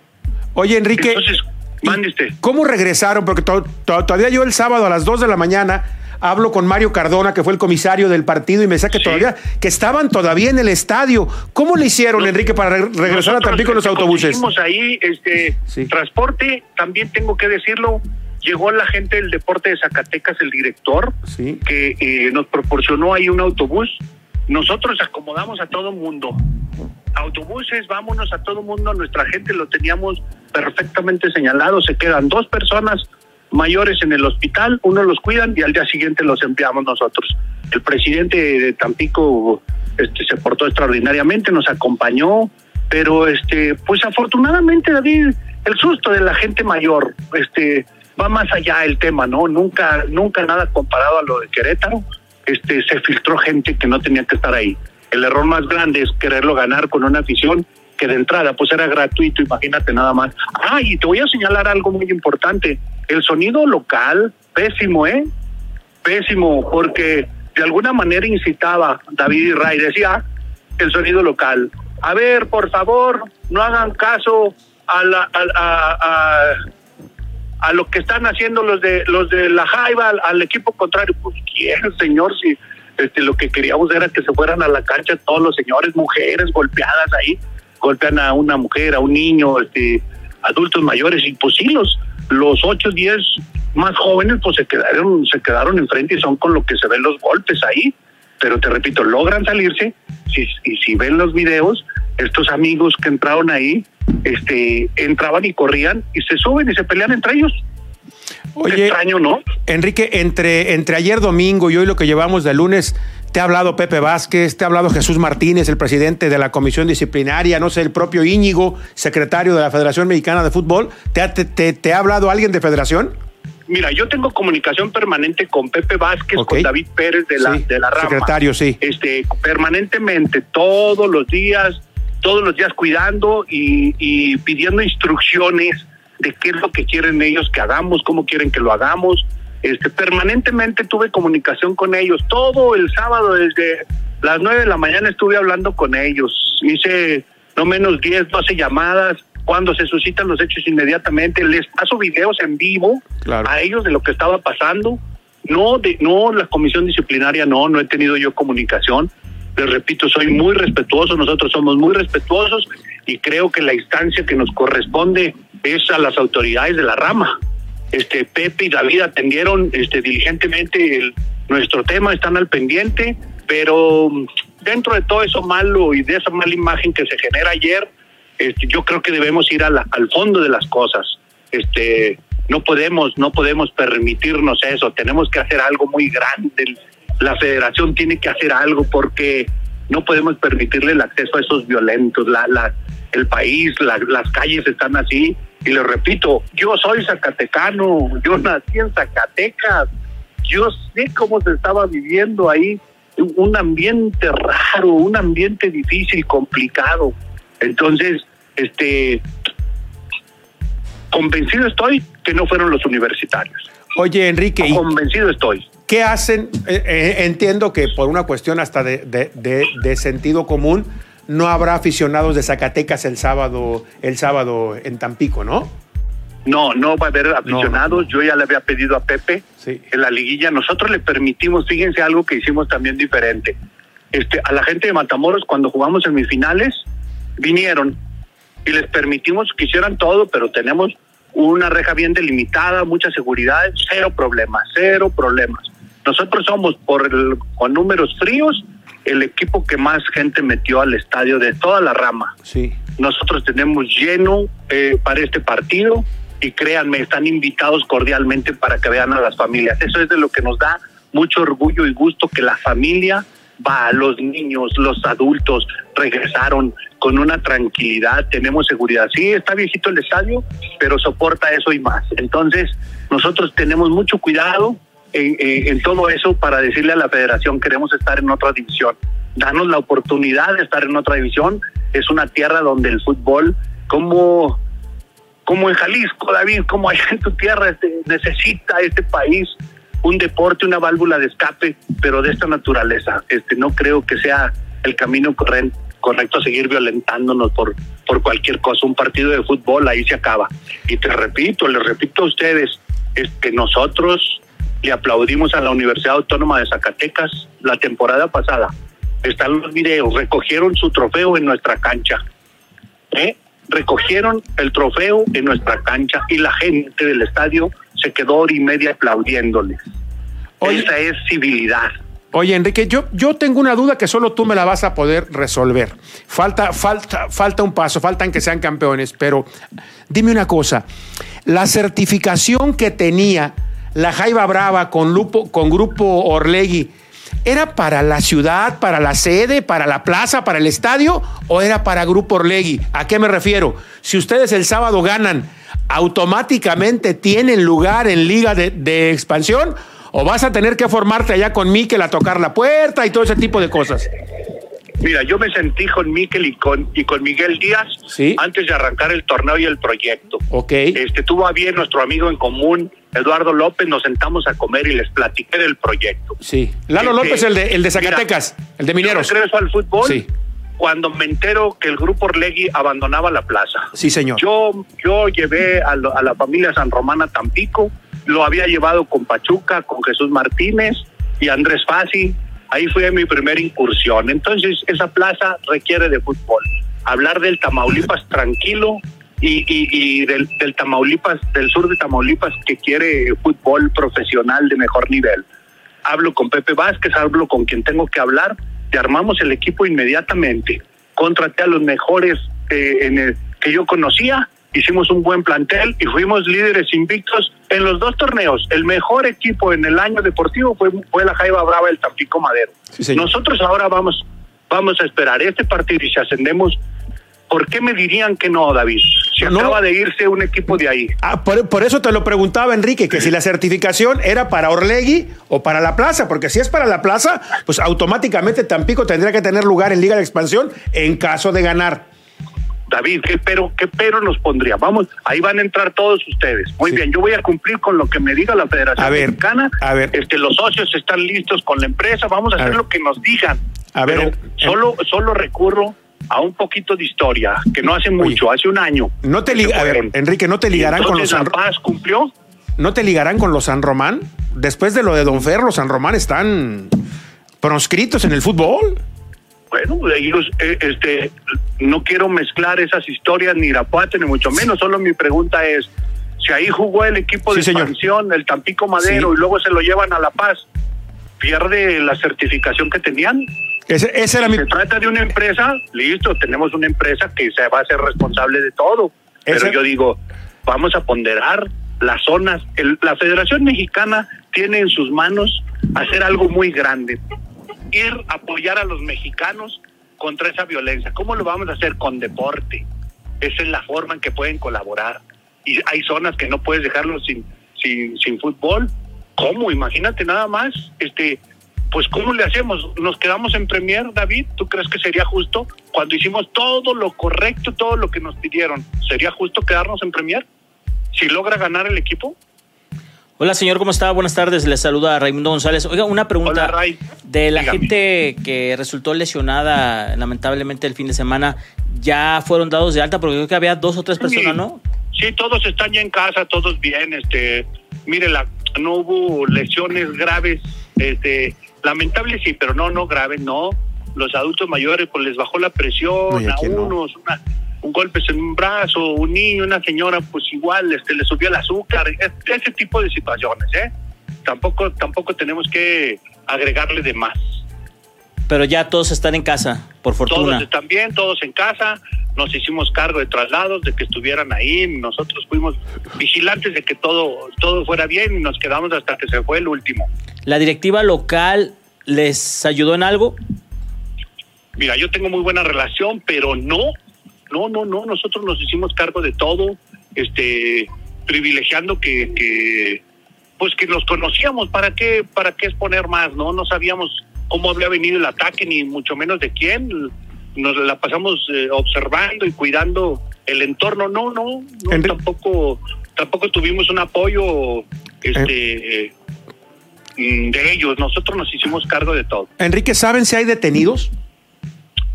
A: Oye, Enrique.
C: Entonces, mande usted.
A: ¿Cómo regresaron? Porque to- to- todavía yo el sábado a las 2 de la mañana hablo con Mario Cardona, que fue el comisario del partido, y me decía que
C: Sí.
A: todavía, que estaban todavía en el estadio. ¿Cómo le hicieron,
C: No-
A: Enrique, para re- regresar a
C: Nosotros,
A: Tampico en los
C: este,
A: autobuses?
C: conseguimos ahí este
A: Sí.
C: transporte, también tengo que decirlo, llegó la gente del deporte de Zacatecas, el director,
A: Sí.
C: que eh, nos proporcionó ahí un autobús. Nosotros acomodamos a todo mundo. Autobuses, vámonos a todo mundo. Nuestra gente lo teníamos perfectamente señalado. Se quedan dos personas mayores en el hospital, uno los cuidan y al día siguiente los enviamos nosotros. El presidente de Tampico este, se portó extraordinariamente, nos acompañó, pero este, pues afortunadamente David, el susto de la gente mayor, este, va más allá el tema, ¿no? Nunca, nunca nada comparado a lo de Querétaro. Este, se filtró gente que no tenía que estar ahí. El error más grande es quererlo ganar con una afición que de entrada pues era gratuito, imagínate nada más. Ah, y te voy a señalar algo muy importante. El sonido local, pésimo, ¿eh? Pésimo, porque de alguna manera incitaba David y Ray, decía el sonido local. A ver, por favor, no hagan caso a la, a- a- a- a lo que están haciendo los de los de la Jaiba al, al equipo contrario. Pues quién, señor, si este, lo que queríamos era que se fueran a la cancha todos los señores, mujeres golpeadas ahí, golpean a una mujer, a un niño, este, adultos mayores y pues sí los los ocho, diez más jóvenes pues se quedaron se quedaron enfrente y son con lo que se ven los golpes ahí. Pero te repito, logran salirse si, y si ven los videos estos amigos que entraron ahí, este, entraban y corrían y se suben y se pelean entre ellos.
A: Oye,
C: extraño, ¿no?
A: Enrique, entre, entre ayer domingo y hoy lo que llevamos de lunes, te ha hablado Pepe Vázquez, te ha hablado Jesús Martínez, el presidente de la comisión disciplinaria, no sé, el propio Íñigo, secretario de la Federación Mexicana de Fútbol. ¿Te ha, te, te- te ha hablado alguien de federación?
C: Mira, yo tengo comunicación permanente con Pepe Vázquez,
A: Ok.
C: con David Pérez de la,
A: Sí,
C: de la rama.
A: secretario, sí.
C: Este, permanentemente, todos los días, todos los días cuidando y, y pidiendo instrucciones de qué es lo que quieren ellos que hagamos, cómo quieren que lo hagamos. Este, permanentemente tuve comunicación con ellos. Todo el sábado, desde las 9 de la mañana, estuve hablando con ellos. Hice no menos 10, 12 llamadas. Cuando se suscitan los hechos inmediatamente, les paso videos en vivo
A: Claro.
C: a ellos de lo que estaba pasando. No, de, no, la comisión disciplinaria no, no he tenido yo comunicación. Les repito, soy muy respetuoso, nosotros somos muy respetuosos y creo que la instancia que nos corresponde es a las autoridades de la rama. Este Pepe y David atendieron este, diligentemente el- nuestro tema, están al pendiente, pero mm, dentro de todo eso malo y de esa mala imagen que se genera ayer, este, yo creo que debemos ir a la- al fondo de las cosas. Este, no podemos, no podemos permitirnos eso. Tenemos que hacer algo muy grande. La Federación tiene que hacer algo porque no podemos permitirle el acceso a esos violentos. La, la- el país, la- las calles están así. Y lo repito, yo soy zacatecano, yo nací en Zacatecas yo sé cómo se estaba viviendo ahí un ambiente raro, un ambiente difícil, complicado. Entonces, este convencido estoy que no fueron los universitarios.
A: Oye, Enrique, ¿y
C: Convencido estoy.
A: ¿Qué hacen? Eh, eh, entiendo que por una cuestión hasta de, de- de- de sentido común, no habrá aficionados de Zacatecas el sábado, el sábado en Tampico, ¿no?
C: No, no va a haber aficionados. Yo ya le había pedido a Pepe
A: Sí.
C: en la liguilla. Nosotros le permitimos, fíjense algo que hicimos también diferente. Este, a la gente de Matamoros cuando jugamos semifinales vinieron y les permitimos que hicieran todo, pero tenemos una reja bien delimitada, mucha seguridad, cero problemas, cero problemas. Nosotros somos por el- con números fríos el equipo que más gente metió al estadio de toda la rama
A: Sí.
C: nosotros tenemos lleno eh, para este partido y créanme, están invitados cordialmente para que vean a las familias. Eso es de lo que nos da mucho orgullo y gusto que la familia va, los niños, los adultos regresaron con una tranquilidad, tenemos seguridad. Sí, está viejito el estadio, pero soporta eso y más. Entonces, nosotros tenemos mucho cuidado en, en- en todo eso para decirle a la federación queremos estar en otra división. Danos la oportunidad de estar en otra división. Es una tierra donde el fútbol, como, como en Jalisco, David, como allá en tu tierra, este, necesita este país un deporte, una válvula de escape, pero de esta naturaleza. Este, no creo que sea el camino corren- correcto seguir violentándonos por, por cualquier cosa. Un partido de fútbol ahí se acaba. Y te repito, les repito a ustedes, es que nosotros le aplaudimos a la Universidad Autónoma de Zacatecas la temporada pasada. Están los videos, recogieron su trofeo en nuestra cancha. ¿eh? Recogieron el trofeo en nuestra cancha y la gente del estadio se quedó hora y media aplaudiéndoles.
A: Oye,
C: Esa es civilidad.
A: oye, Enrique, yo, yo tengo una duda que solo tú me la vas a poder resolver. Falta, falta, falta un paso, faltan que sean campeones, pero dime una cosa. La certificación que tenía la Jaiba Brava con, Lupo, con Grupo Orlegui, ¿era para la ciudad, para la sede, para la plaza, para el estadio o era para Grupo Orlegui? ¿A qué me refiero? Si ustedes el sábado ganan, ¿automáticamente tienen lugar en Liga de, de Expansión? ¿O vas a tener que formarte allá con Miquel a tocar la puerta y todo ese tipo de cosas?
C: Mira, yo me sentí con Miquel y con, y con Miguel Díaz
A: Sí.
C: antes de arrancar el torneo y el proyecto.
A: Ok.
C: Este, tuvo a bien nuestro amigo en común, Eduardo López, nos sentamos a comer y les platiqué del proyecto.
A: Sí. Lalo
C: Este,
A: López, el de, el de
C: mira,
A: Zacatecas, el de
C: Yo
A: Mineros.
C: regreso al fútbol
A: Sí.
C: cuando me entero que el grupo Orlegui abandonaba la plaza.
A: Sí, señor.
C: Yo, yo llevé a, lo- a la familia San Romana a Tampico, lo había llevado con Pachuca, con Jesús Martínez y Andrés Fassi. Ahí fue mi primera incursión. Entonces, esa plaza requiere de fútbol. Hablar del Tamaulipas tranquilo y, y- y del, del Tamaulipas, del sur de Tamaulipas, que quiere fútbol profesional de mejor nivel hablo con Pepe Vázquez, hablo con quien tengo que hablar, te armamos el equipo inmediatamente. Contraté a los mejores eh, en el- que yo conocía, hicimos un buen plantel y fuimos líderes invictos en los dos torneos. El mejor equipo en el año deportivo fue, fue la Jaiba Brava del Tampico Madero.
A: Sí, señor.
C: Nosotros ahora vamos, vamos a esperar este partido y si ascendemos, ¿por qué me dirían que no, David? Si
A: No.
C: acaba de irse un equipo de ahí.
A: Ah, por, por eso te lo preguntaba, Enrique, que si la certificación era para Orlegui o para la plaza, porque si es para la plaza, pues automáticamente Tampico tendría que tener lugar en Liga de Expansión en caso de ganar.
C: David, ¿qué pero, qué pero nos pondría? Vamos, ahí van a entrar todos ustedes. Muy
A: Sí.
C: bien, yo voy a cumplir con lo que me diga la Federación
A: A ver,
C: Mexicana.
A: a ver.
C: Este, los socios están listos con la empresa, vamos a,
A: A
C: hacer
A: ver.
C: lo que nos digan.
A: A ver,
C: Pero
A: en-
C: solo, solo recurro a un poquito de historia, que no hace
A: Oye.
C: mucho, hace un año.
A: No te
C: que
A: liga- a ver,
C: fueron.
A: Enrique, ¿no te
C: Y
A: ligarán con
C: entonces
A: los
C: La
A: San-
C: Paz cumplió.
A: ¿No te ligarán con los San Román? Después de lo de Don Fer, los San Román están proscritos en el fútbol.
C: Bueno, ellos, eh, este, no quiero mezclar esas historias ni Irapuato ni mucho menos. Solo mi pregunta es, si ahí jugó el equipo
A: Sí,
C: de
A: señor.
C: expansión, el Tampico Madero
A: Sí.
C: y luego se lo llevan a La Paz, pierde la certificación que tenían.
A: Ese, ese era mi...
C: Se trata de una empresa, listo, tenemos una empresa que se va a ser responsable de todo.
A: Ese-
C: Pero yo digo, vamos a ponderar las zonas. El- la Federación Mexicana tiene en sus manos hacer algo muy grande. Ir a apoyar a los mexicanos contra esa violencia. ¿Cómo lo vamos a hacer? Con deporte. Esa es la forma en que pueden colaborar. Y hay zonas que no puedes dejarlos sin, sin, sin fútbol. ¿Cómo? Imagínate nada más. Este, pues ¿cómo le hacemos? ¿Nos quedamos en Premier, David? ¿Tú crees que sería justo? Cuando hicimos todo lo correcto, todo lo que nos pidieron, ¿sería justo quedarnos en Premier? Si logra ganar el equipo.
B: Hola señor, ¿cómo está? Buenas tardes, le saluda Raimundo González. Oiga, una pregunta
C: Hola, Ray.
B: de la
C: Dígame.
B: gente que resultó lesionada lamentablemente el fin de semana, ¿ya fueron dados de alta? Porque creo que había dos o tres personas,
C: Sí.
B: ¿no?
C: Sí, todos están ya en casa, todos bien. Este, mire, la, no hubo lesiones graves. Este, lamentable sí, pero no, no graves, no. Los adultos mayores, pues les bajó la presión
A: No, y
C: a
A: aquí no.
C: unos, una- un golpe en un brazo, un niño, una señora, pues igual, este, le subió el azúcar, es- ese tipo de situaciones, ¿eh? Tampoco, tampoco tenemos que agregarle de más.
B: Pero ya todos están en casa, por
C: Todos
B: fortuna.
C: están bien, todos en casa. Nos hicimos cargo de traslados, de que estuvieran ahí. Nosotros fuimos vigilantes de que todo, todo fuera bien y nos quedamos hasta que se fue el último.
B: ¿La directiva local les ayudó en algo?
C: Mira, yo tengo muy buena relación, pero no, no, no, no. Nosotros nos hicimos cargo de todo, este, privilegiando que, que, pues que nos conocíamos. ¿Para qué, para qué exponer más? No, no sabíamos cómo había venido el ataque ni mucho menos de quién. Nos la pasamos eh, observando y cuidando el entorno. No, no, no,
A: Enri-
C: tampoco, tampoco tuvimos un apoyo, este. eh, mm, de ellos, nosotros nos hicimos cargo de todo.
A: Enrique, ¿saben si hay detenidos?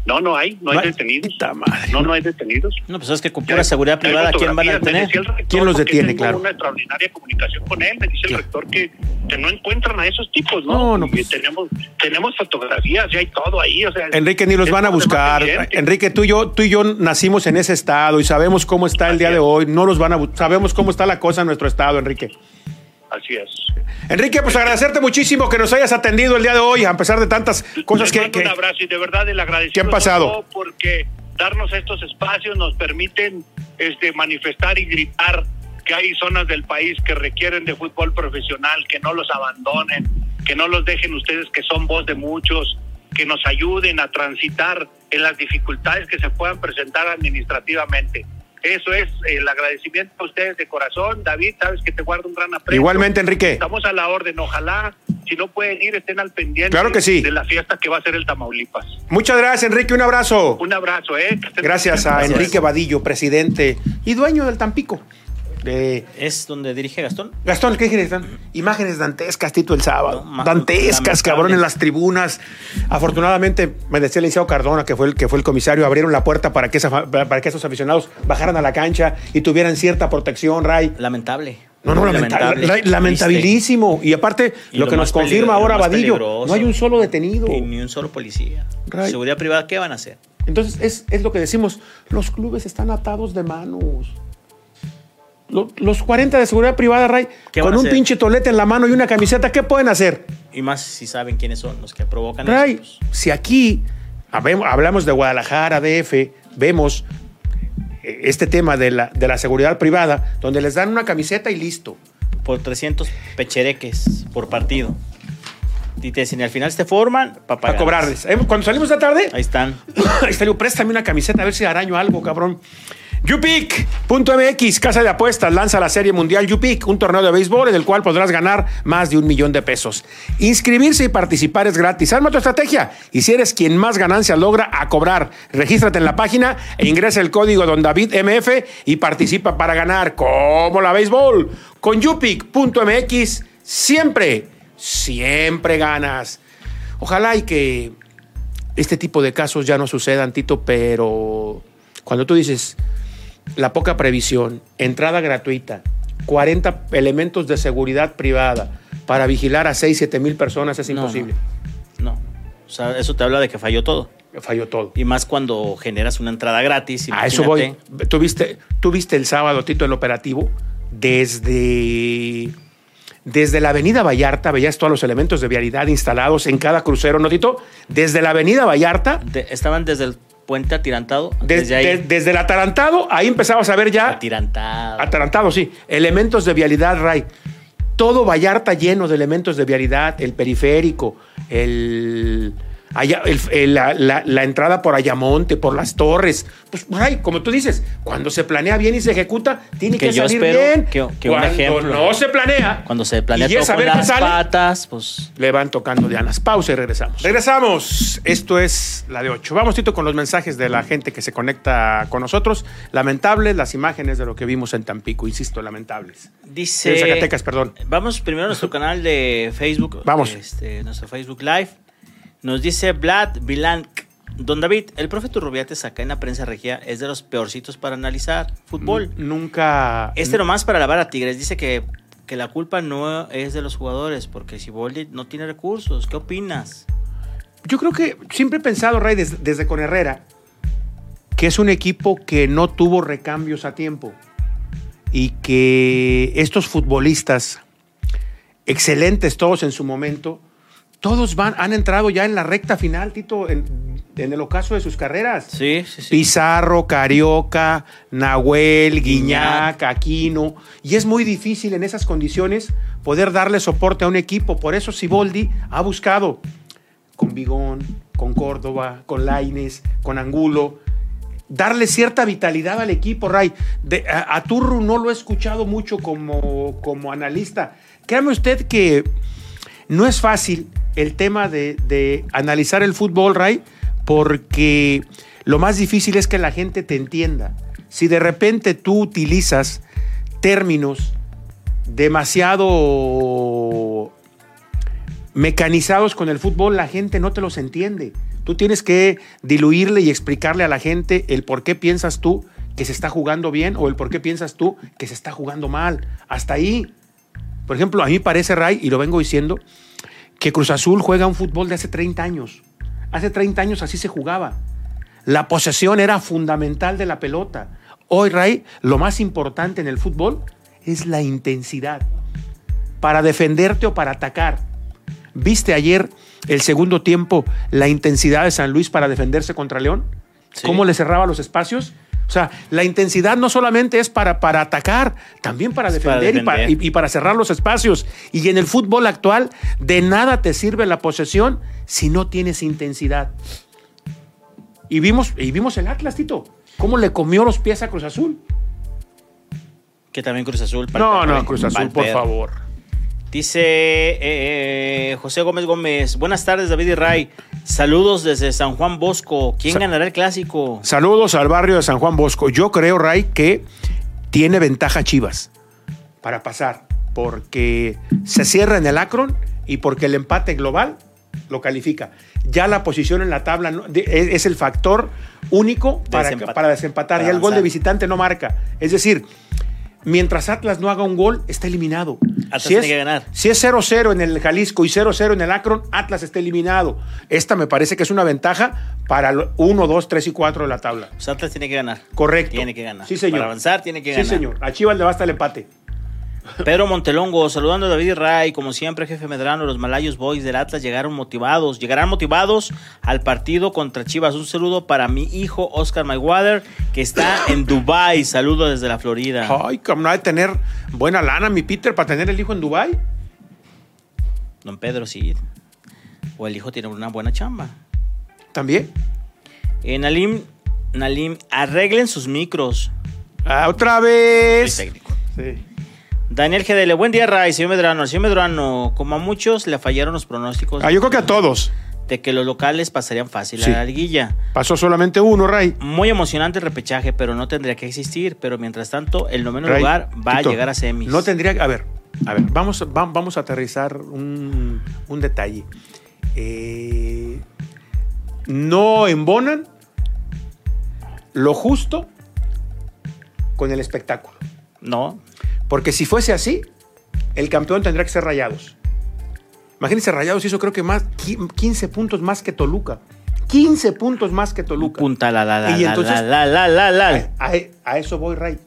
C: No, no hay, no hay
A: Va-
C: detenidos.
A: Puta madre.
C: No, no hay detenidos.
B: No, pues es que con
C: Ya
B: pura
C: hay-
B: seguridad
C: ya
B: privada,
C: hay
B: ¿quién van a
C: fotografías. Me
B: tener?
C: decía el rector,
A: ¿Quién los
C: porque
A: detiene?
C: tengo
A: Claro.
C: una extraordinaria comunicación con él. Me dice el
A: Claro.
C: rector que, que no encuentran a esos tipos,
A: No,
C: ¿no?
A: no,
C: Y
A: pues.
C: tenemos, tenemos fotografías, ya hay todo ahí. O sea,
A: Enrique, ni los
C: es
A: van a
C: todo demás
A: buscar.
C: evidente.
A: Enrique, tú y, yo, tú y yo nacimos en ese estado y sabemos cómo está el día de hoy. No los van a bu- Sabemos cómo está la cosa en nuestro estado, Enrique.
C: Así es.
A: Enrique, pues agradecerte muchísimo que nos hayas atendido el día de hoy, a pesar de tantas cosas
C: Les
A: que,
C: mando
A: que-
C: Un abrazo y de verdad el agradecimiento.
A: que han pasado.
C: Porque darnos estos espacios nos permiten este, manifestar y gritar que hay zonas del país que requieren de fútbol profesional, que no los abandonen, que no los dejen ustedes, que son voz de muchos, que nos ayuden a transitar en las dificultades que se puedan presentar administrativamente. Eso es el agradecimiento a ustedes de corazón. David, sabes que te guardo un gran aprecio.
A: Igualmente, Enrique.
C: Estamos a la orden, ojalá, si no pueden ir, estén al pendiente
A: Claro que sí.
C: de la fiesta que va a ser el Tamaulipas.
A: Muchas gracias, Enrique. Un abrazo.
C: Un abrazo, ¿eh? Que estén-
A: Gracias a
B: Gracias.
A: Enrique Vadillo, presidente y dueño del Tampico. Eh,
B: ¿Es donde dirige Gastón?
A: Gastón, ¿qué imágenes están? Imágenes dantescas, Tito, el sábado.
B: No, ma-
A: dantescas,
B: lamentables.
A: cabrón, en las tribunas. Afortunadamente, me decía el licenciado Cardona, que fue el, que fue el comisario, abrieron la puerta para que, esa fa- para que esos aficionados bajaran a la cancha y tuvieran cierta protección, Ray.
B: Lamentable.
A: No, no,
B: Muy
A: lamenta- Ray,
B: triste.
A: lamentabilísimo. Y aparte,
B: Y
A: lo,
B: lo
A: que nos
B: más peligro-
A: confirma
B: y lo
A: ahora
B: más
A: Vadillo,
B: peligroso.
A: no hay un solo detenido.
B: Y ni un solo policía.
A: Ray.
B: Seguridad privada, ¿qué van a hacer?
A: Entonces, es, es lo que decimos, los clubes están atados de manos. Lo- Los 40 de seguridad privada, Ray,
B: ¿Qué van
A: con
B: a
A: un
B: hacer?
A: pinche tolete en la mano y una camiseta, ¿qué pueden hacer?
B: Y más si saben quiénes son los que provocan
A: Ray,
B: esos.
A: si aquí habem- hablamos de Guadalajara, DF, vemos eh, este tema de la, de la seguridad privada, donde les dan una camiseta y listo.
B: por 300 pechereques por partido. Y te dicen, y al final se forman para
A: Para cobrarles. Eh, Cuando salimos de la tarde,
B: Ahí están.
A: Ahí salió, préstame una camiseta a ver si araño algo, cabrón. YouPick.mx, casa de apuestas, lanza la Serie Mundial YouPick, un torneo de béisbol en el cual podrás ganar más de un millón de pesos. Inscribirse y participar es gratis. Arma tu estrategia y si eres quien más ganancias logra, a cobrar. Regístrate en la página e ingresa el código Don David MF y participa para ganar. Como la béisbol. Con YouPick.mx, siempre, siempre ganas. Ojalá y que este tipo de casos ya no sucedan, Tito, pero cuando tú dices la poca previsión, entrada gratuita, 40 elementos de seguridad privada para vigilar a 6, 7 mil personas es
B: No,
A: imposible.
B: No. O sea, eso te habla de que falló todo.
A: Falló todo.
B: Y más cuando generas una entrada gratis.
A: A eso voy.
B: imagínate.
A: ¿Tú viste, tú viste el sábado, Tito, el operativo? Desde, desde la avenida Vallarta, veías todos los elementos de vialidad instalados en cada crucero, ¿no, Tito? Desde la avenida Vallarta
B: De- estaban desde el puente atirantado.
A: Des-
B: desde ahí.
A: de- desde el atarantado, ahí empezabas a ver ya.
B: atirantado.
A: Atarantado, sí. Elementos de vialidad, Ray. Todo Vallarta lleno de elementos de vialidad, el periférico, el. Aya- el- el- la, la- la entrada por Ayamonte, por las torres. Pues, Ray, como tú dices, cuando se planea bien y se ejecuta, tiene que,
B: Que yo
A: salir
B: espero
A: bien.
B: que- que un
A: cuando
B: ejemplo.
A: no se planea.
B: cuando se planea
A: y ya
B: todo con
A: saber qué
B: las
A: sale,
B: patas, pues.
A: le van tocando dianas. Pausa y regresamos. Regresamos. Esto es la de 8. Vamos, Tito, con los mensajes de la gente que se conecta con nosotros. Lamentables las imágenes de lo que vimos en Tampico, insisto, lamentables.
B: Dice.
A: En Zacatecas, perdón.
B: Vamos primero a nuestro canal de Facebook.
A: Vamos.
B: Este, nuestro Facebook Live. Nos dice Vlad Vilank. Don David, el profe Turrubiates acá en la prensa regia es de los peorcitos para analizar fútbol.
A: Mm. Nunca.
B: Este nomás para lavar a Tigres. Dice que, que la culpa no es de los jugadores, porque si Boldi no tiene recursos, ¿qué opinas?
A: Yo creo que siempre he pensado, Ray, des- desde, con Herrera, que es un equipo que no tuvo recambios a tiempo y que estos futbolistas, excelentes todos en su momento, todos van, han entrado ya en la recta final, Tito, en, en el ocaso de sus carreras.
B: Sí, sí,
A: Pizarro, Carioca, Nahuel,
B: Guiñac.
A: Guiñac, Aquino. Y es muy difícil en esas condiciones poder darle soporte a un equipo. Por eso Siboldi ha buscado con Bigón, con Córdoba, con Laines, con Angulo. Darle cierta vitalidad al equipo, Ray. De- a, a Turru no lo he escuchado mucho como, como analista. Créame usted que no es fácil el tema de, de analizar el fútbol, Ray, porque lo más difícil es que la gente te entienda. Si de repente tú utilizas términos demasiado mecanizados con el fútbol, la gente no te los entiende. Tú tienes que diluirle y explicarle a la gente el por qué piensas tú que se está jugando bien o el por qué piensas tú que se está jugando mal. Hasta ahí. Por ejemplo, a mí me parece, Ray, y lo vengo diciendo, que Cruz Azul juega un fútbol de hace 30 años. Hace 30 años así se jugaba. La posesión era fundamental de la pelota. Hoy, Ray, lo más importante en el fútbol es la intensidad. Para defenderte o para atacar. ¿Viste ayer el segundo tiempo la intensidad de San Luis para defenderse contra León?
B: Sí.
A: ¿Cómo le cerraba los espacios? O sea, la intensidad no solamente es para, para atacar, también para
B: Es para
A: defender, y para-
B: defender.
A: y- y para cerrar los espacios. Y en el fútbol actual, de nada te sirve la posesión si no tienes intensidad. Y vimos, y vimos el Atlas, Tito. ¿Cómo le comió los pies a Cruz Azul?
B: Que también Cruz Azul. pal
A: No,
B: perro,
A: no, Cruz
B: pal
A: Azul, por
B: perro.
A: favor.
B: Dice eh, eh, José Gómez Gómez. Buenas tardes, David y Ray. Saludos desde San Juan Bosco. ¿Quién
A: Sa-
B: ganará el clásico?
A: Saludos al barrio de San Juan Bosco. Yo creo, Ray, que tiene ventaja Chivas. para pasar, porque se cierra en el Akron y porque el empate global lo califica. Ya la posición en la tabla no- de- e, es es el factor único para,
B: Desempatar.
A: para desempatar.
B: Para
A: ya el gol de
B: avanzar.
A: visitante no marca. Es decir, mientras Atlas no haga un gol, está eliminado.
B: Atlas tiene que ganar.
A: Si es 0-0 en el Jalisco y 0-0 en el Akron, Atlas está eliminado. Esta me parece que es una ventaja para el 1, 2, 3 y 4 de la tabla.
B: Pues Atlas tiene que ganar.
A: Correcto.
B: Tiene que ganar.
A: Sí, señor.
B: Para avanzar tiene que ganar.
A: Sí, señor. A Chivas le basta el empate.
B: Pedro Montelongo, saludando a David Ray, como siempre, jefe Medrano, los Malayos Boys del Atlas llegaron motivados, llegarán motivados al partido contra Chivas. Un saludo para mi hijo Oscar Maywater, que está en Dubai. Saludo desde la Florida.
A: Ay, como de tener buena lana mi Peter para tener el hijo en Dubai.
B: Don Pedro, sí. O el hijo tiene una buena chamba.
A: También.
B: Eh, Nalim, Nalim, arreglen sus micros.
A: Ah, otra
B: Soy
A: vez.
B: técnico.
A: Sí.
B: Daniel GDL, buen día, Ray, señor Medrano. Al Señor Medrano, como a muchos le fallaron los pronósticos
A: Ah, yo creo que a todos.
B: de que los locales pasarían fácil
A: Sí.
B: a la liguilla.
A: Pasó solamente uno, Ray.
B: Muy emocionante el repechaje, pero no tendría que existir. Pero mientras tanto, el noveno
A: Ray,
B: lugar va
A: Tito,
B: a llegar a semis.
A: No tendría que. A ver, a ver, vamos, va- vamos a aterrizar un, un detalle. Eh, no embonan lo justo con el espectáculo.
B: No.
A: Porque si fuese así, el campeón tendría que ser Rayados. Imagínense, Rayados hizo creo que más qui- 15 puntos más que Toluca. 15 puntos más que Toluca.
B: Punta la la la
A: Y
B: la,
A: entonces- eh,
B: la la la la la.
A: A, a eso voy, Ray.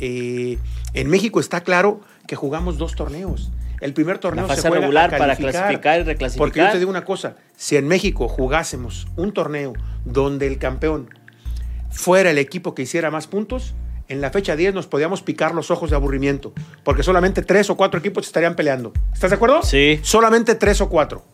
A: Eh, en México está claro que jugamos dos torneos. El primer torneo
B: La
A: se
B: fase
A: juega a
B: regular para
A: calificar.
B: clasificar y reclasificar.
A: Porque yo te digo una cosa, si en México jugásemos un torneo donde el campeón fuera el equipo que hiciera más puntos, en la fecha 10 nos podíamos picar los ojos de aburrimiento, porque solamente tres o cuatro equipos estarían peleando. ¿Estás de acuerdo?
B: Sí.
A: Solamente tres o cuatro.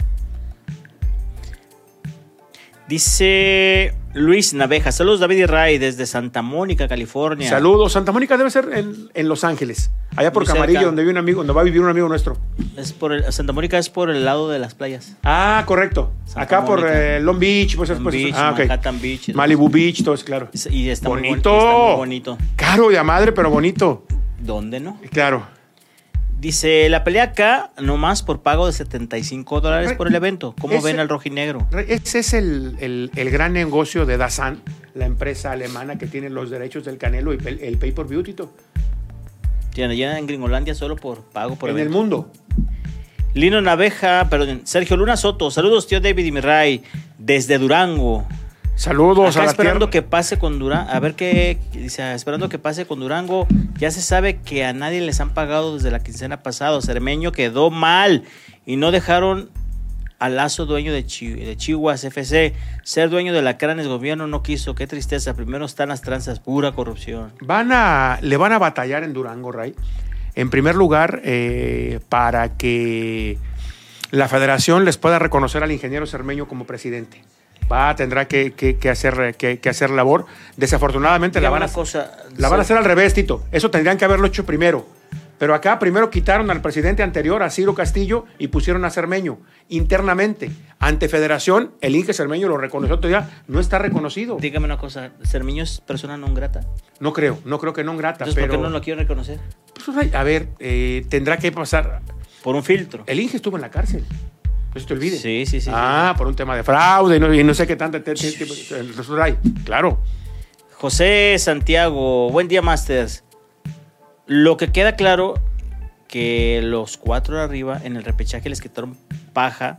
B: Dice Luis Naveja. Saludos, David y Ray, desde Santa Mónica, California.
A: Saludos. Santa Mónica debe ser en, en Los Ángeles, allá por
B: Muy
A: Camarillo,
B: cerca.
A: donde, vive un amigo, donde va a vivir un amigo nuestro.
B: Es por el- Santa Mónica es por el lado de las playas.
A: Ah, correcto.
B: Santa
A: Acá por
B: Mónica.
A: eh, Long Beach, pues,
B: Long
A: pues,
B: Beach,
A: ah, ok.
B: Manhattan Beach.
A: Malibu Beach, todo es claro.
B: Y está muy
A: Bonito.
B: bon- y está muy bonito.
A: Caro de a madre, pero bonito.
B: ¿Dónde no?
A: Claro.
B: Dice, la pelea acá nomás por pago de 75 dólares por el evento. ¿Cómo
A: Ese-
B: ven al rojinegro?
A: Ese es el, el- el gran negocio de Dazan, la empresa alemana que tiene los derechos del Canelo y pel- el pay-per-view, Tito.
B: Ya ya en Gringolandia solo por pago por
A: en
B: evento.
A: el mundo.
B: Lino Naveja, perdón, Sergio Luna Soto. Saludos, tío David y mi Ray, desde Durango.
A: Saludos
B: Acá
A: a la
B: esperando
A: tierra.
B: que pase con Durango. A ver qué dice, esperando que pase con Durango. Ya se sabe que a nadie les han pagado desde la quincena pasada. Cermeño quedó mal y no dejaron al lazo dueño de, Chi- de Chihuahua FC. Ser dueño de la Cranes gobierno no quiso. Qué tristeza. Primero están las tranzas, pura corrupción.
A: Van a, le van a batallar en Durango, Ray. En primer lugar, eh, para que la federación les pueda reconocer al ingeniero Cermeño como presidente. Va, tendrá que, que- que hacer, que, que hacer labor. Desafortunadamente la
B: Dígame
A: van, a,
B: una cosa,
A: la van a hacer
B: Ser-
A: al revés, Tito. Eso tendrían que haberlo hecho primero. Pero acá primero quitaron al presidente anterior, a Ciro Castillo, y pusieron a Cermeño internamente. Ante Federación, el Inge Cermeño lo reconoció todavía. No está reconocido.
B: Dígame una cosa. Cermeño es persona no grata.
A: No creo, no creo que no grata.
B: Entonces, ¿por
A: Ah, pero...
B: qué no lo quiero reconocer?
A: Pues, Ray, a ver, eh, tendrá que pasar.
B: Por un filtro.
A: El Inge estuvo en la cárcel. No se te olvide.
B: Sí, sí, sí,
A: Ah, por un tema de fraude y no, y no sé qué tanto. te- te- te- te- Ray, claro.
B: José Santiago, buen día, Masters. Lo que queda claro que los cuatro de arriba en el repechaje les quitaron paja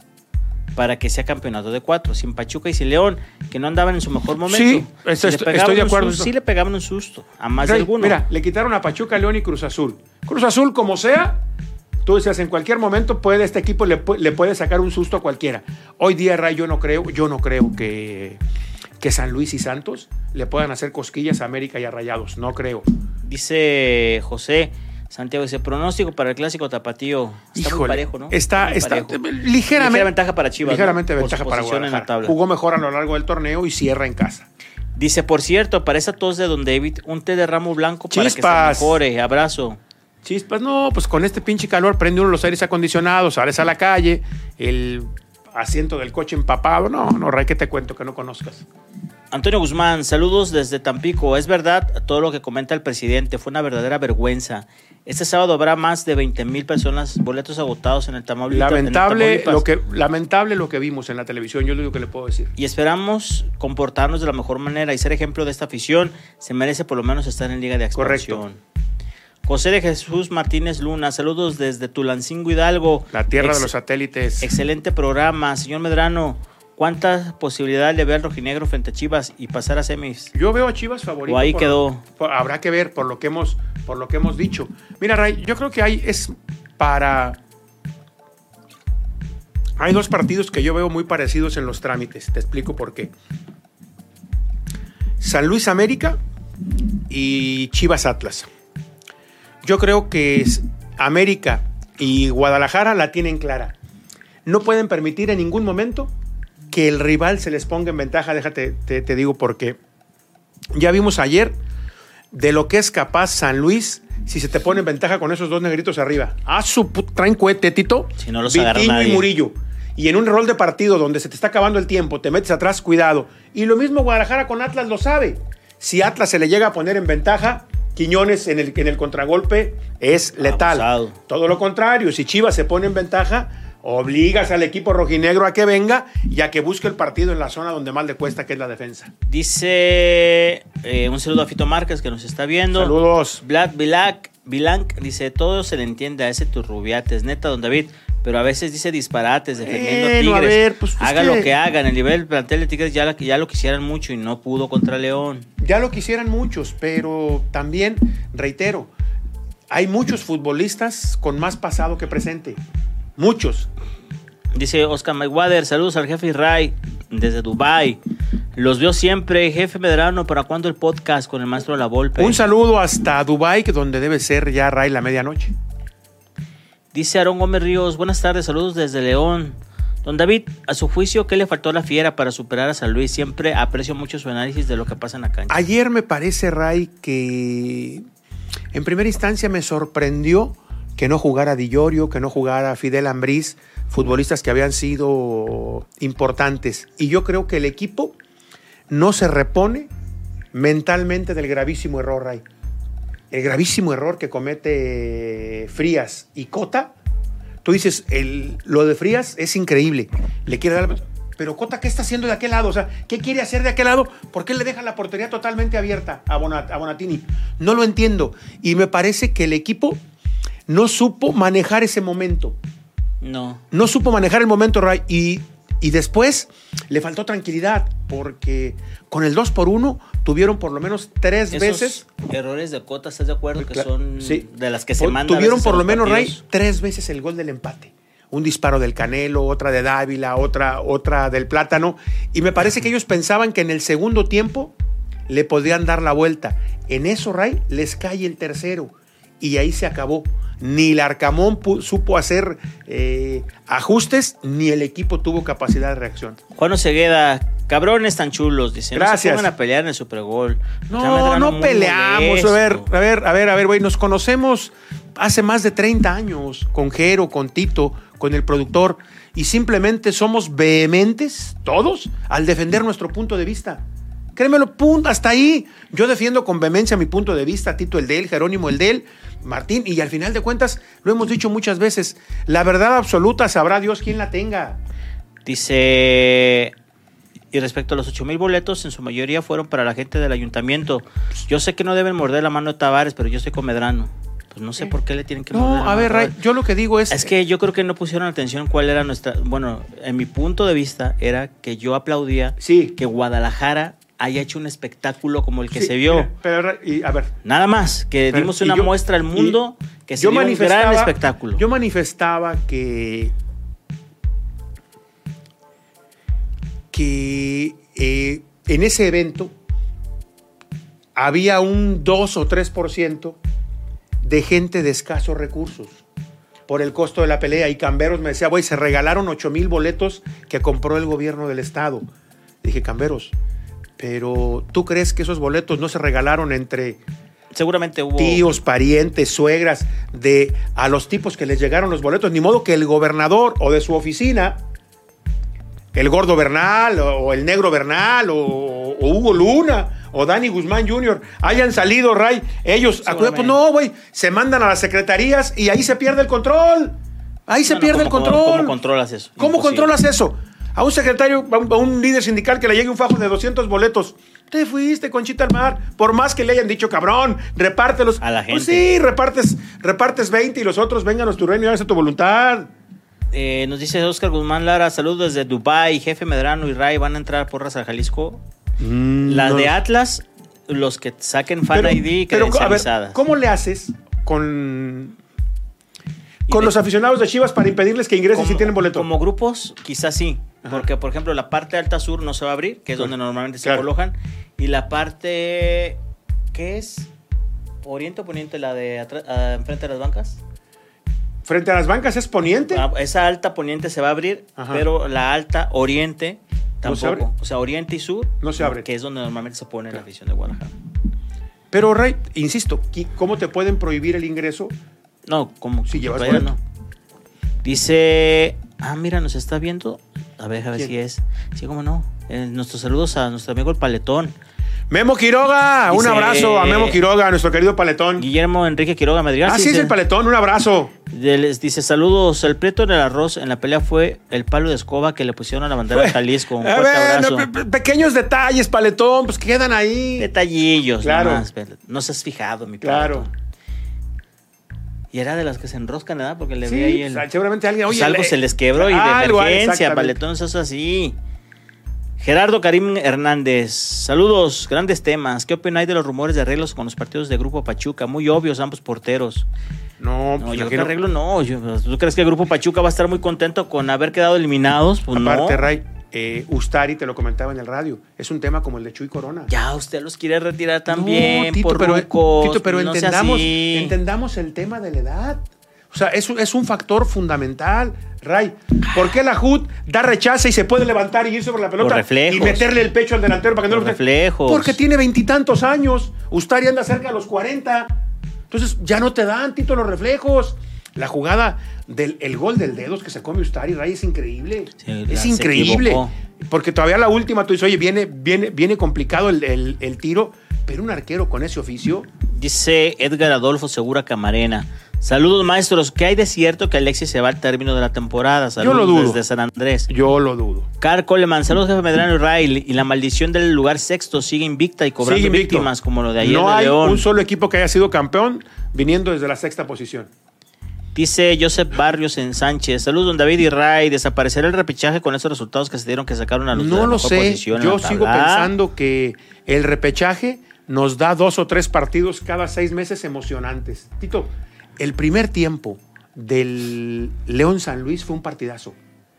B: para que sea campeonato de cuatro, sin Pachuca y sin León, que no andaban en su mejor momento.
A: Sí, esto-
B: le
A: esto-
B: pegaban
A: estoy de
B: un
A: acuerdo.
B: susto- sí le pegaban un susto a más de
A: Ray,
B: alguno.
A: Mira, le quitaron a Pachuca, León y Cruz Azul. Cruz Azul, como sea, tú decías, en cualquier momento puede este equipo le, pu- le puede sacar un susto a cualquiera. Hoy día, Ray, yo no creo, yo no creo que, que San Luis y Santos le puedan hacer cosquillas a América y a Rayados. No creo.
B: Dice José Santiago, dice pronóstico para el clásico tapatío. Está muy
A: Híjole,
B: parejo, ¿no?
A: Está,
B: muy
A: está
B: parejo.
A: ligeramente.
B: Ligera ventaja para Chivas.
A: Ligeramente
B: ¿no? Por su
A: ventaja para
B: posición en la
A: Guadalajara.
B: tabla.
A: Jugó mejor a lo largo del torneo y cierra en casa.
B: Dice, por cierto, para esa tos de Don David, un té de ramo blanco para que
A: Chispas.
B: se mejore. Abrazo.
A: Chispas, no, pues con este pinche calor prende uno los aires acondicionados, sales a la calle, el asiento del coche empapado. No, no, Ray, que te cuento que no conozcas.
B: Antonio Guzmán, saludos desde Tampico. Es verdad todo lo que comenta el presidente, fue una verdadera vergüenza. Este sábado habrá más de 20 mil personas, boletos agotados en el Tamaulipas. en el
A: Lamentable
B: Tamaulipas.
A: lo, que, lamentable lo que vimos en la televisión, yo es lo único que le puedo decir.
B: Y esperamos comportarnos de la mejor manera y ser ejemplo de esta afición. Se merece por lo menos estar en Liga de Expansión. José de Jesús Martínez Luna, saludos desde Tulancingo Hidalgo.
A: La tierra de
B: Ex-
A: los satélites.
B: Excelente programa, señor Medrano. ¿Cuántas posibilidades le ve al rojinegro frente a Chivas y pasar a semis?
A: Yo veo a Chivas favorito.
B: O ahí
A: por-
B: quedó.
A: por- habrá que ver por lo que hemos, por lo que hemos dicho. Mira, Ray, yo creo que hay es para. Hay dos partidos que yo veo muy parecidos en los trámites. Te explico por qué. San Luis América y Chivas Atlas. Yo creo que es- América y Guadalajara la tienen clara. No pueden permitir en ningún momento que el rival se les ponga en ventaja. Déjate, te, te digo por qué. Ya vimos ayer de lo que es capaz San Luis si se te pone en ventaja con esos dos negritos arriba. Ah, su put- traen cohete, Tito.
B: Si no los
A: Vitinho
B: agarra
A: y
B: nadie.
A: Murillo. Y en un rol de partido donde se te está acabando el tiempo, te metes atrás, cuidado. Y lo mismo Guadalajara con Atlas lo sabe. Si Atlas se le llega a poner en ventaja, Quiñones en el, en el contragolpe es letal.
B: Abusado.
A: Todo lo contrario, si Chivas se pone en ventaja, obligas al equipo rojinegro a que venga y a que busque el partido en la zona donde más le cuesta, que es la defensa.
B: Dice eh, un saludo a Fito Márquez que nos está viendo.
A: Saludos.
B: Vlad Vilac, Vilanc dice, todo se le entiende a ese turrubiates, neta, don David, pero a veces dice disparates defendiendo a
A: Bueno, a
B: Tigres.
A: ver, pues, es
B: haga
A: que-
B: lo que hagan, el nivel del plantel de Tigres ya, la- ya lo quisieran mucho y no pudo contra León.
A: Ya lo quisieran muchos, pero también, reitero, hay muchos futbolistas con más pasado que presente. Muchos.
B: Dice Oscar Maywader, saludos al jefe Ray desde Dubai. Los veo siempre, jefe Medrano, ¿para cuándo el podcast con el maestro La Volpe?
A: Un saludo hasta Dubái, que donde debe ser ya Ray la medianoche.
B: Dice Aarón Gómez Ríos, buenas tardes, saludos desde León. Don David, a su juicio, ¿qué le faltó a la fiera para superar a San Luis? Siempre aprecio mucho su análisis de lo que pasa en la cancha.
A: Ayer me parece, Ray, que en primera instancia me sorprendió que no jugara Di Llorio, que no jugara Fidel Ambriz, futbolistas que habían sido importantes. Y yo creo que el equipo no se repone mentalmente del gravísimo error, Ray. El gravísimo error que comete Frías y Cota. Tú dices, el- lo de Frías es increíble. Le quiere dar la- Pero Cota, ¿qué está haciendo de aquel lado? O sea, ¿qué quiere hacer de aquel lado? ¿Por qué le deja la portería totalmente abierta a, Bonat- a Bonatini? No lo entiendo. Y me parece que el equipo no supo manejar ese momento.
B: No.
A: No supo manejar el momento, Ray. Y, y después le faltó tranquilidad, porque con el 2 por 1 tuvieron por lo menos tres
B: Esos
A: veces.
B: errores de cota, ¿estás de acuerdo? Que
A: Cla-
B: son
A: sí.
B: de las que se
A: Tu-
B: mandan. a
A: Tuvieron
B: veces
A: por lo
B: a los
A: menos, Ray,
B: partidos.
A: tres veces el gol del empate. Un disparo del Canelo, otra de Dávila, otra, otra del Plátano. Y me parece que ellos pensaban que en el segundo tiempo le podrían dar la vuelta. En eso, Ray, les cae el tercero. Y ahí se acabó. Ni el Arcamón pu- supo hacer eh, ajustes, ni el equipo tuvo capacidad de reacción.
B: Juan Osegueda, cabrones tan chulos, dice. No se
A: Gracias.
B: pongan a pelear en el Super Bowl. Ya me
A: No,
B: traen
A: no
B: muy
A: peleamos.
B: molesto.
A: A ver, a ver, a ver, a ver, güey. Nos conocemos hace más de 30 años con Jero, con Tito, con el productor. Y simplemente somos vehementes, todos, al defender nuestro punto de vista. Créemelo, punto, hasta ahí. Yo defiendo con vehemencia mi punto de vista, Tito el de él, Jerónimo el de él, Martín. Y al final de cuentas, lo hemos dicho muchas veces, la verdad absoluta sabrá Dios quién la tenga.
B: Dice. Y respecto a los 8 mil boletos, en su mayoría fueron para la gente del ayuntamiento. Yo sé que no deben morder la mano de Tavares, pero yo estoy con Medrano. Pues no sé por qué le tienen que morder.
A: No,
B: la
A: a ver,
B: mano
A: Ray, yo lo que digo es...
B: Es que yo creo que no pusieron atención cuál era nuestra. Bueno, en mi punto de vista era que yo aplaudía
A: Sí.
B: que Guadalajara haya hecho un espectáculo como el que
A: Sí,
B: se vio.
A: mira, Pero, Ray, y, a ver,
B: Nada más, que
A: Pero,
B: dimos
A: y
B: una
A: yo-
B: muestra al mundo
A: y
B: que se dio un gran espectáculo.
A: Yo manifestaba que. que eh, en ese evento había un 2 o 3% de gente de escasos recursos por el costo de la pelea. Y Camberos me decía, güey, se regalaron 8 mil boletos que compró el gobierno del Estado. Dije, Camberos, pero ¿tú crees que esos boletos no se regalaron entre
B: Seguramente hubo.
A: tíos, parientes, suegras, de a los tipos que les llegaron los boletos, ni modo que el gobernador o de su oficina el gordo Bernal o, o el negro Bernal o, o Hugo Luna o Dani Guzmán Jr. hayan salido, Ray, ellos, acude- pues no, güey, se mandan a las secretarías y ahí se pierde el control. Ahí se
B: No, no,
A: pierde el
B: ¿cómo-
A: control.
B: cómo- cómo controlas eso?
A: ¿Cómo
B: Imposible.
A: controlas eso? A un secretario, a un, a un líder sindical que le llegue un fajo de 200 boletos. Te fuiste, Conchita al mar. Por más que le hayan dicho, cabrón, repártelos.
B: A la
A: Pues
B: gente.
A: sí, repartes, repartes 20 y los otros, vénganos tu reino y hágase tu voluntad.
B: Eh, nos dice Oscar Guzmán Lara, saludos desde Dubai, jefe Medrano y Ray van a entrar porras al Jalisco. Mm, Las
A: no
B: de
A: los-
B: Atlas, los que saquen fan
A: Pero-
B: ID
A: pero, a ver,
B: credencializadas.
A: ¿cómo le haces con,
B: Y
A: con
B: de-
A: los aficionados de Chivas para impedirles que ingresen si tienen boleto?
B: Como grupos, quizás sí. Porque, por ejemplo, la parte alta sur no se va a abrir, que es donde
A: Claro.
B: normalmente se
A: Claro.
B: colocan. Y la parte. ¿Qué es? Oriente o poniente, la de atrás- ah, enfrente de las bancas.
A: Frente a las bancas es poniente.
B: Ah, Esa alta poniente se va a abrir,
A: Ajá.
B: pero la alta oriente
A: No se
B: tampoco. o sea, oriente y sur.
A: No se abre.
B: Que es donde normalmente se pone la afición de Guadalajara.
A: Pero, Ray, insisto, ¿qui- ¿cómo te pueden prohibir el ingreso?
B: No, como
A: Si llevas
B: todavía
A: boleto.
B: Dice, ah, mira, nos está viendo. A ver, a ver
A: ¿Quién?
B: si es. Sí, cómo no. Eh, nuestros saludos a nuestro amigo el Paletón.
A: Memo Quiroga, un
B: Dice-
A: abrazo a Memo Quiroga, a nuestro querido paletón.
B: Guillermo Enrique Quiroga Madrigal.
A: Ah, sí, es
B: dice-
A: el paletón, un abrazo.
B: de- les dice, saludos. El preto en el arroz en la pelea fue el palo de escoba que le pusieron a la bandera de Jalisco. Un
A: A
B: fuerte
A: ver,
B: abrazo.
A: pe- pe- pequeños detalles, paletón, pues quedan ahí.
B: Detallillos,
A: Claro.
B: claro. No se has fijado, mi
A: Claro.
B: Paletón. Y era de las que se enroscan, ¿verdad? Porque le vi ahí
A: Sí,
B: el.
A: pues, seguramente alguien.
B: Pues
A: oye,
B: algo
A: le- Ah,
B: se les quebró y de
A: algo,
B: emergencia,
A: exactamente.
B: paletón, eso es así. Gerardo Karim Hernández, saludos, grandes temas. ¿Qué opináis de los rumores de arreglos con los partidos de Grupo Pachuca? Muy obvios ambos porteros.
A: No,
B: No,
A: pues,
B: yo creo que
A: imagino-
B: arreglo no. Yo- pues, ¿Tú crees que el Grupo Pachuca va a estar muy contento con haber quedado eliminados? Pues
A: Aparte,
B: no.
A: Ray, eh, Ustari te lo comentaba en el radio. Es un tema como el de Chuy Corona.
B: Ya usted los quiere retirar también
A: No, Tito,
B: por
A: pero, eh,
B: rucos, pues
A: Tito, pero
B: no sea
A: entendamos,
B: así.
A: entendamos el tema de la edad. O sea, es un, es un factor fundamental, Ray. ¿Por qué la HUD da rechaza y se puede levantar y ir sobre la pelota
B: Los reflejos.
A: y meterle el pecho al delantero para que no
B: Los
A: lo
B: reflejos.
A: Porque tiene veintitantos años. Ustari anda cerca de los 40. Entonces ya no te dan, Tito, los reflejos. La jugada del el gol del dedos que se come Ustari, Ray, es increíble.
B: Sí, la-
A: es
B: se
A: increíble.
B: equivocó.
A: Porque todavía la última tú dices, oye, viene, viene, viene complicado el, el- el tiro, pero un arquero con ese oficio.
B: Dice Edgar Adolfo Segura Camarena. Saludos maestros, ¿qué hay de cierto que Alexis se va al término de la temporada? Saludos
A: lo dudo.
B: desde San Andrés.
A: Yo lo dudo.
B: Car Coleman, saludos jefe Medrano y Ray. Y la maldición del lugar sexto sigue invicta y cobrando
A: Sigue invicto.
B: víctimas como lo de ayer
A: No
B: de
A: hay
B: León.
A: un solo equipo que haya sido campeón viniendo desde la sexta posición.
B: Dice Joseph Barrios en Sánchez. Saludos don David y Ray. ¿Desaparecerá el repechaje con esos resultados que se dieron que sacaron a los de la
A: No lo
B: mejor
A: sé.
B: posición en
A: Yo
B: la
A: sigo
B: tabla?
A: pensando que el repechaje nos da dos o tres partidos cada seis meses emocionantes. Tito, el primer tiempo del León San Luis fue un partidazo.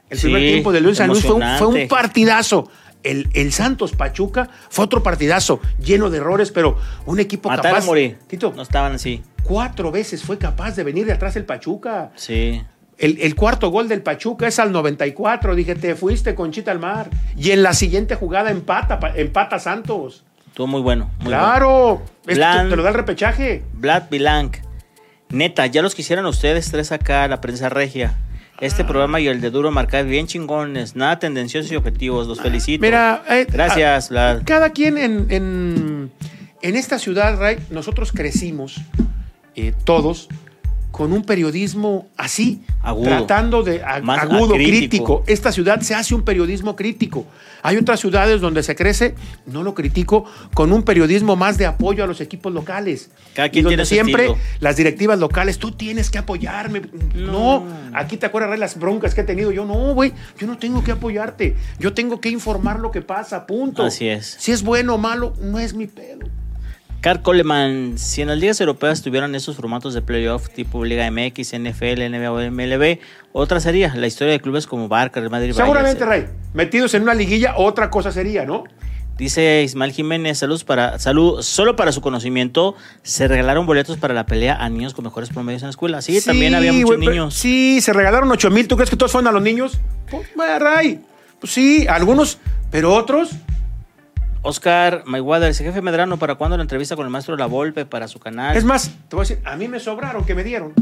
A: El
B: Sí,
A: primer tiempo del León San Luis fue un, fue un
B: emocionante.
A: partidazo. El, el Santos Pachuca fue otro partidazo lleno de errores, pero un equipo
B: Matar
A: capaz.
B: o morir.
A: Tito,
B: No estaban así.
A: cuatro veces fue capaz de venir de atrás el Pachuca.
B: Sí.
A: El, el cuarto gol del Pachuca es al 94. Dije, te fuiste, Conchita al mar. Y en la siguiente jugada empata, pa- empata Santos.
B: Estuvo muy bueno. Muy bueno.
A: claro. Esto
B: Blan-
A: te lo da el repechaje.
B: Vlad Vilank. Neta, ya los quisieran ustedes tres acá, la prensa regia. Este programa y el de Duro Marcar, bien chingones. Nada tendenciosos y objetivos. Los
A: Ah,
B: felicito.
A: Mira, eh,
B: Gracias,
A: a-
B: Vlad.
A: Cada quien en, en- en esta ciudad, Ray, nosotros crecimos, eh, todos, con un periodismo así,
B: Agudo.
A: tratando de a-
B: Más
A: agudo, crítico.
B: acrítico.
A: Esta ciudad se hace un periodismo crítico. Hay otras ciudades donde se crece, no lo critico, con un periodismo más de apoyo a los equipos locales.
B: Cada quien
A: Y donde
B: tiene su
A: siempre
B: estilo.
A: las directivas locales, tú tienes que apoyarme. No,
B: No.
A: aquí te acuerdas Ray, las broncas que he tenido. Yo no, güey, yo no tengo que apoyarte. Yo tengo que informar lo que pasa, punto.
B: Así es.
A: Si es bueno o malo, no es mi pedo.
B: Carl Coleman, si en las ligas europeas tuvieran esos formatos de playoff tipo Liga MX, NFL, NBA o MLB, otra sería la historia de clubes como Barca, Real Madrid, Bayern,
A: Seguramente,
B: etc.
A: Ray, metidos en una liguilla, otra cosa sería, ¿no?
B: Dice Ismael Jiménez, saludos para, salud, solo para su conocimiento, se regalaron boletos para la pelea a niños con mejores promedios en la escuela. Sí, también había muchos
A: güey, pero-
B: niños.
A: Sí, se regalaron 8 mil. ¿Tú crees que todos fueron a los niños? Pues, güey, Ray, pues sí, algunos, pero otros.
B: Oscar Mayweather dice, jefe Medrano, ¿para cuándo la entrevista con el maestro La Volpe para su canal?
A: Es más, te voy a decir, a mí me sobraron que me dieron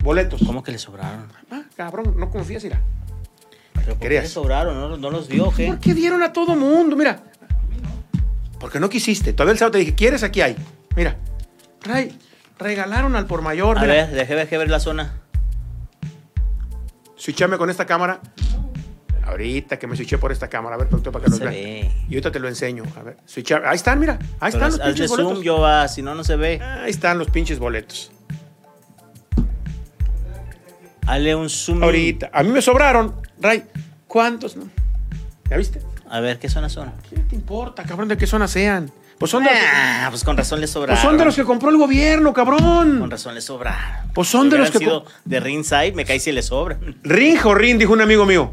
A: boletos.
B: ¿Cómo que le sobraron?
A: Ah, cabrón, no confías, mira.
B: Pero ¿Pero por qué
A: Querías.
B: le sobraron? ¿No, no los dio, ¿qué?
A: ¿Por qué dieron a todo mundo? Mira. Este. Porque no quisiste. Todavía el sábado te dije, ¿quieres? Aquí hay. Mira. Ray, regalaron al por mayor.
B: A
A: mira.
B: ver, dejé, dejé ver la zona.
A: Switchame con esta cámara. Ahorita que me switché por esta cámara. A ver, productor, para que
B: No
A: lo
B: se
A: vean.
B: ve.
A: Y ahorita te lo enseño. A ver, switchar. Ahí están, mira. Ahí
B: Pero
A: están los
B: hazle
A: pinches boletos.
B: zoom, yo va, si no, no se ve.
A: Ahí están los pinches boletos.
B: Hazle un zoom.
A: Ahorita. A mí me sobraron. Ray, ¿cuántos? No? ¿Ya viste?
B: A ver, ¿qué zona son?
A: ¿Qué te importa, cabrón, de qué zona sean? Pues son de,
B: Ah, pues con razón le sobraron.
A: pues son de los que compró el gobierno,
B: Con
A: cabrón.
B: razón le sobra.
A: Pues son de los que
B: sido de ringside, me cae si le sobran.
A: Ring o ring, dijo un amigo mío.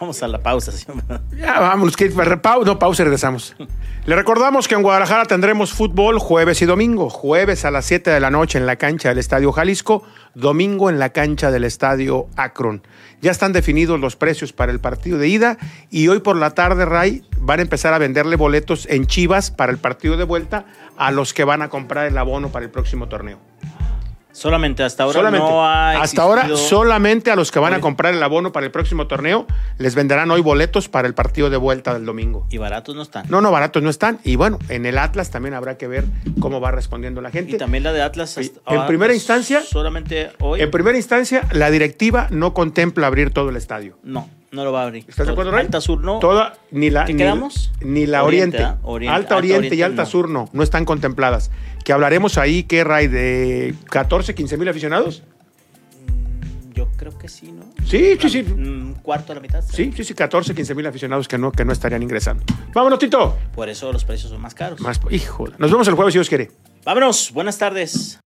B: Vamos a la pausa, ¿sí?
A: Ya vamos, que pau- no, pausa y regresamos. Le recordamos que en Guadalajara tendremos fútbol jueves y domingo. Jueves a las 7 de la noche en la cancha del Estadio Jalisco, domingo en la cancha del Estadio Akron. Ya están definidos los precios para el partido de ida y hoy por la tarde, Ray, van a empezar a venderle boletos en Chivas para el partido de vuelta a los que van a comprar el abono para el próximo torneo.
B: Solamente hasta ahora
A: Solamente.
B: no ha
A: Hasta ahora,
B: existido-
A: solamente a los que van a
B: Oye.
A: comprar el abono para el próximo torneo, les venderán hoy boletos para el partido de vuelta del domingo.
B: Y baratos no están.
A: No, no, baratos no están. Y bueno, en el Atlas también habrá que ver cómo va respondiendo la
B: Y
A: gente.
B: también la de Atlas.
A: Oye,
B: hasta
A: en
B: ahora,
A: primera
B: pues,
A: instancia-
B: Solamente hoy.
A: En primera instancia, la directiva no contempla abrir todo el estadio.
B: No, no lo va a abrir.
A: ¿Estás de acuerdo, Ray?
B: Alta Sur no.
A: Toda, ni la,
B: ¿Qué
A: ni-
B: quedamos?
A: Ni la
B: Oriente,
A: Oriente.
B: ¿ah? Oriente.
A: Alta,
B: Alta
A: Oriente, y
B: Oriente
A: Alta
B: no.
A: Sur no, no están contempladas. Que hablaremos ahí, ¿qué, Ray? ¿De 14, 15 mil aficionados?
B: Yo creo que sí, ¿no?
A: Sí, sí, sí.
B: Un cuarto a la mitad.
A: Sí, sí, sí, 14, 15 mil aficionados que no, que no estarían ingresando. Vámonos, Tito.
B: Por eso los precios son más caros.
A: Más, híjole. Nos vemos el jueves si Dios quiere.
B: Vámonos. Buenas tardes.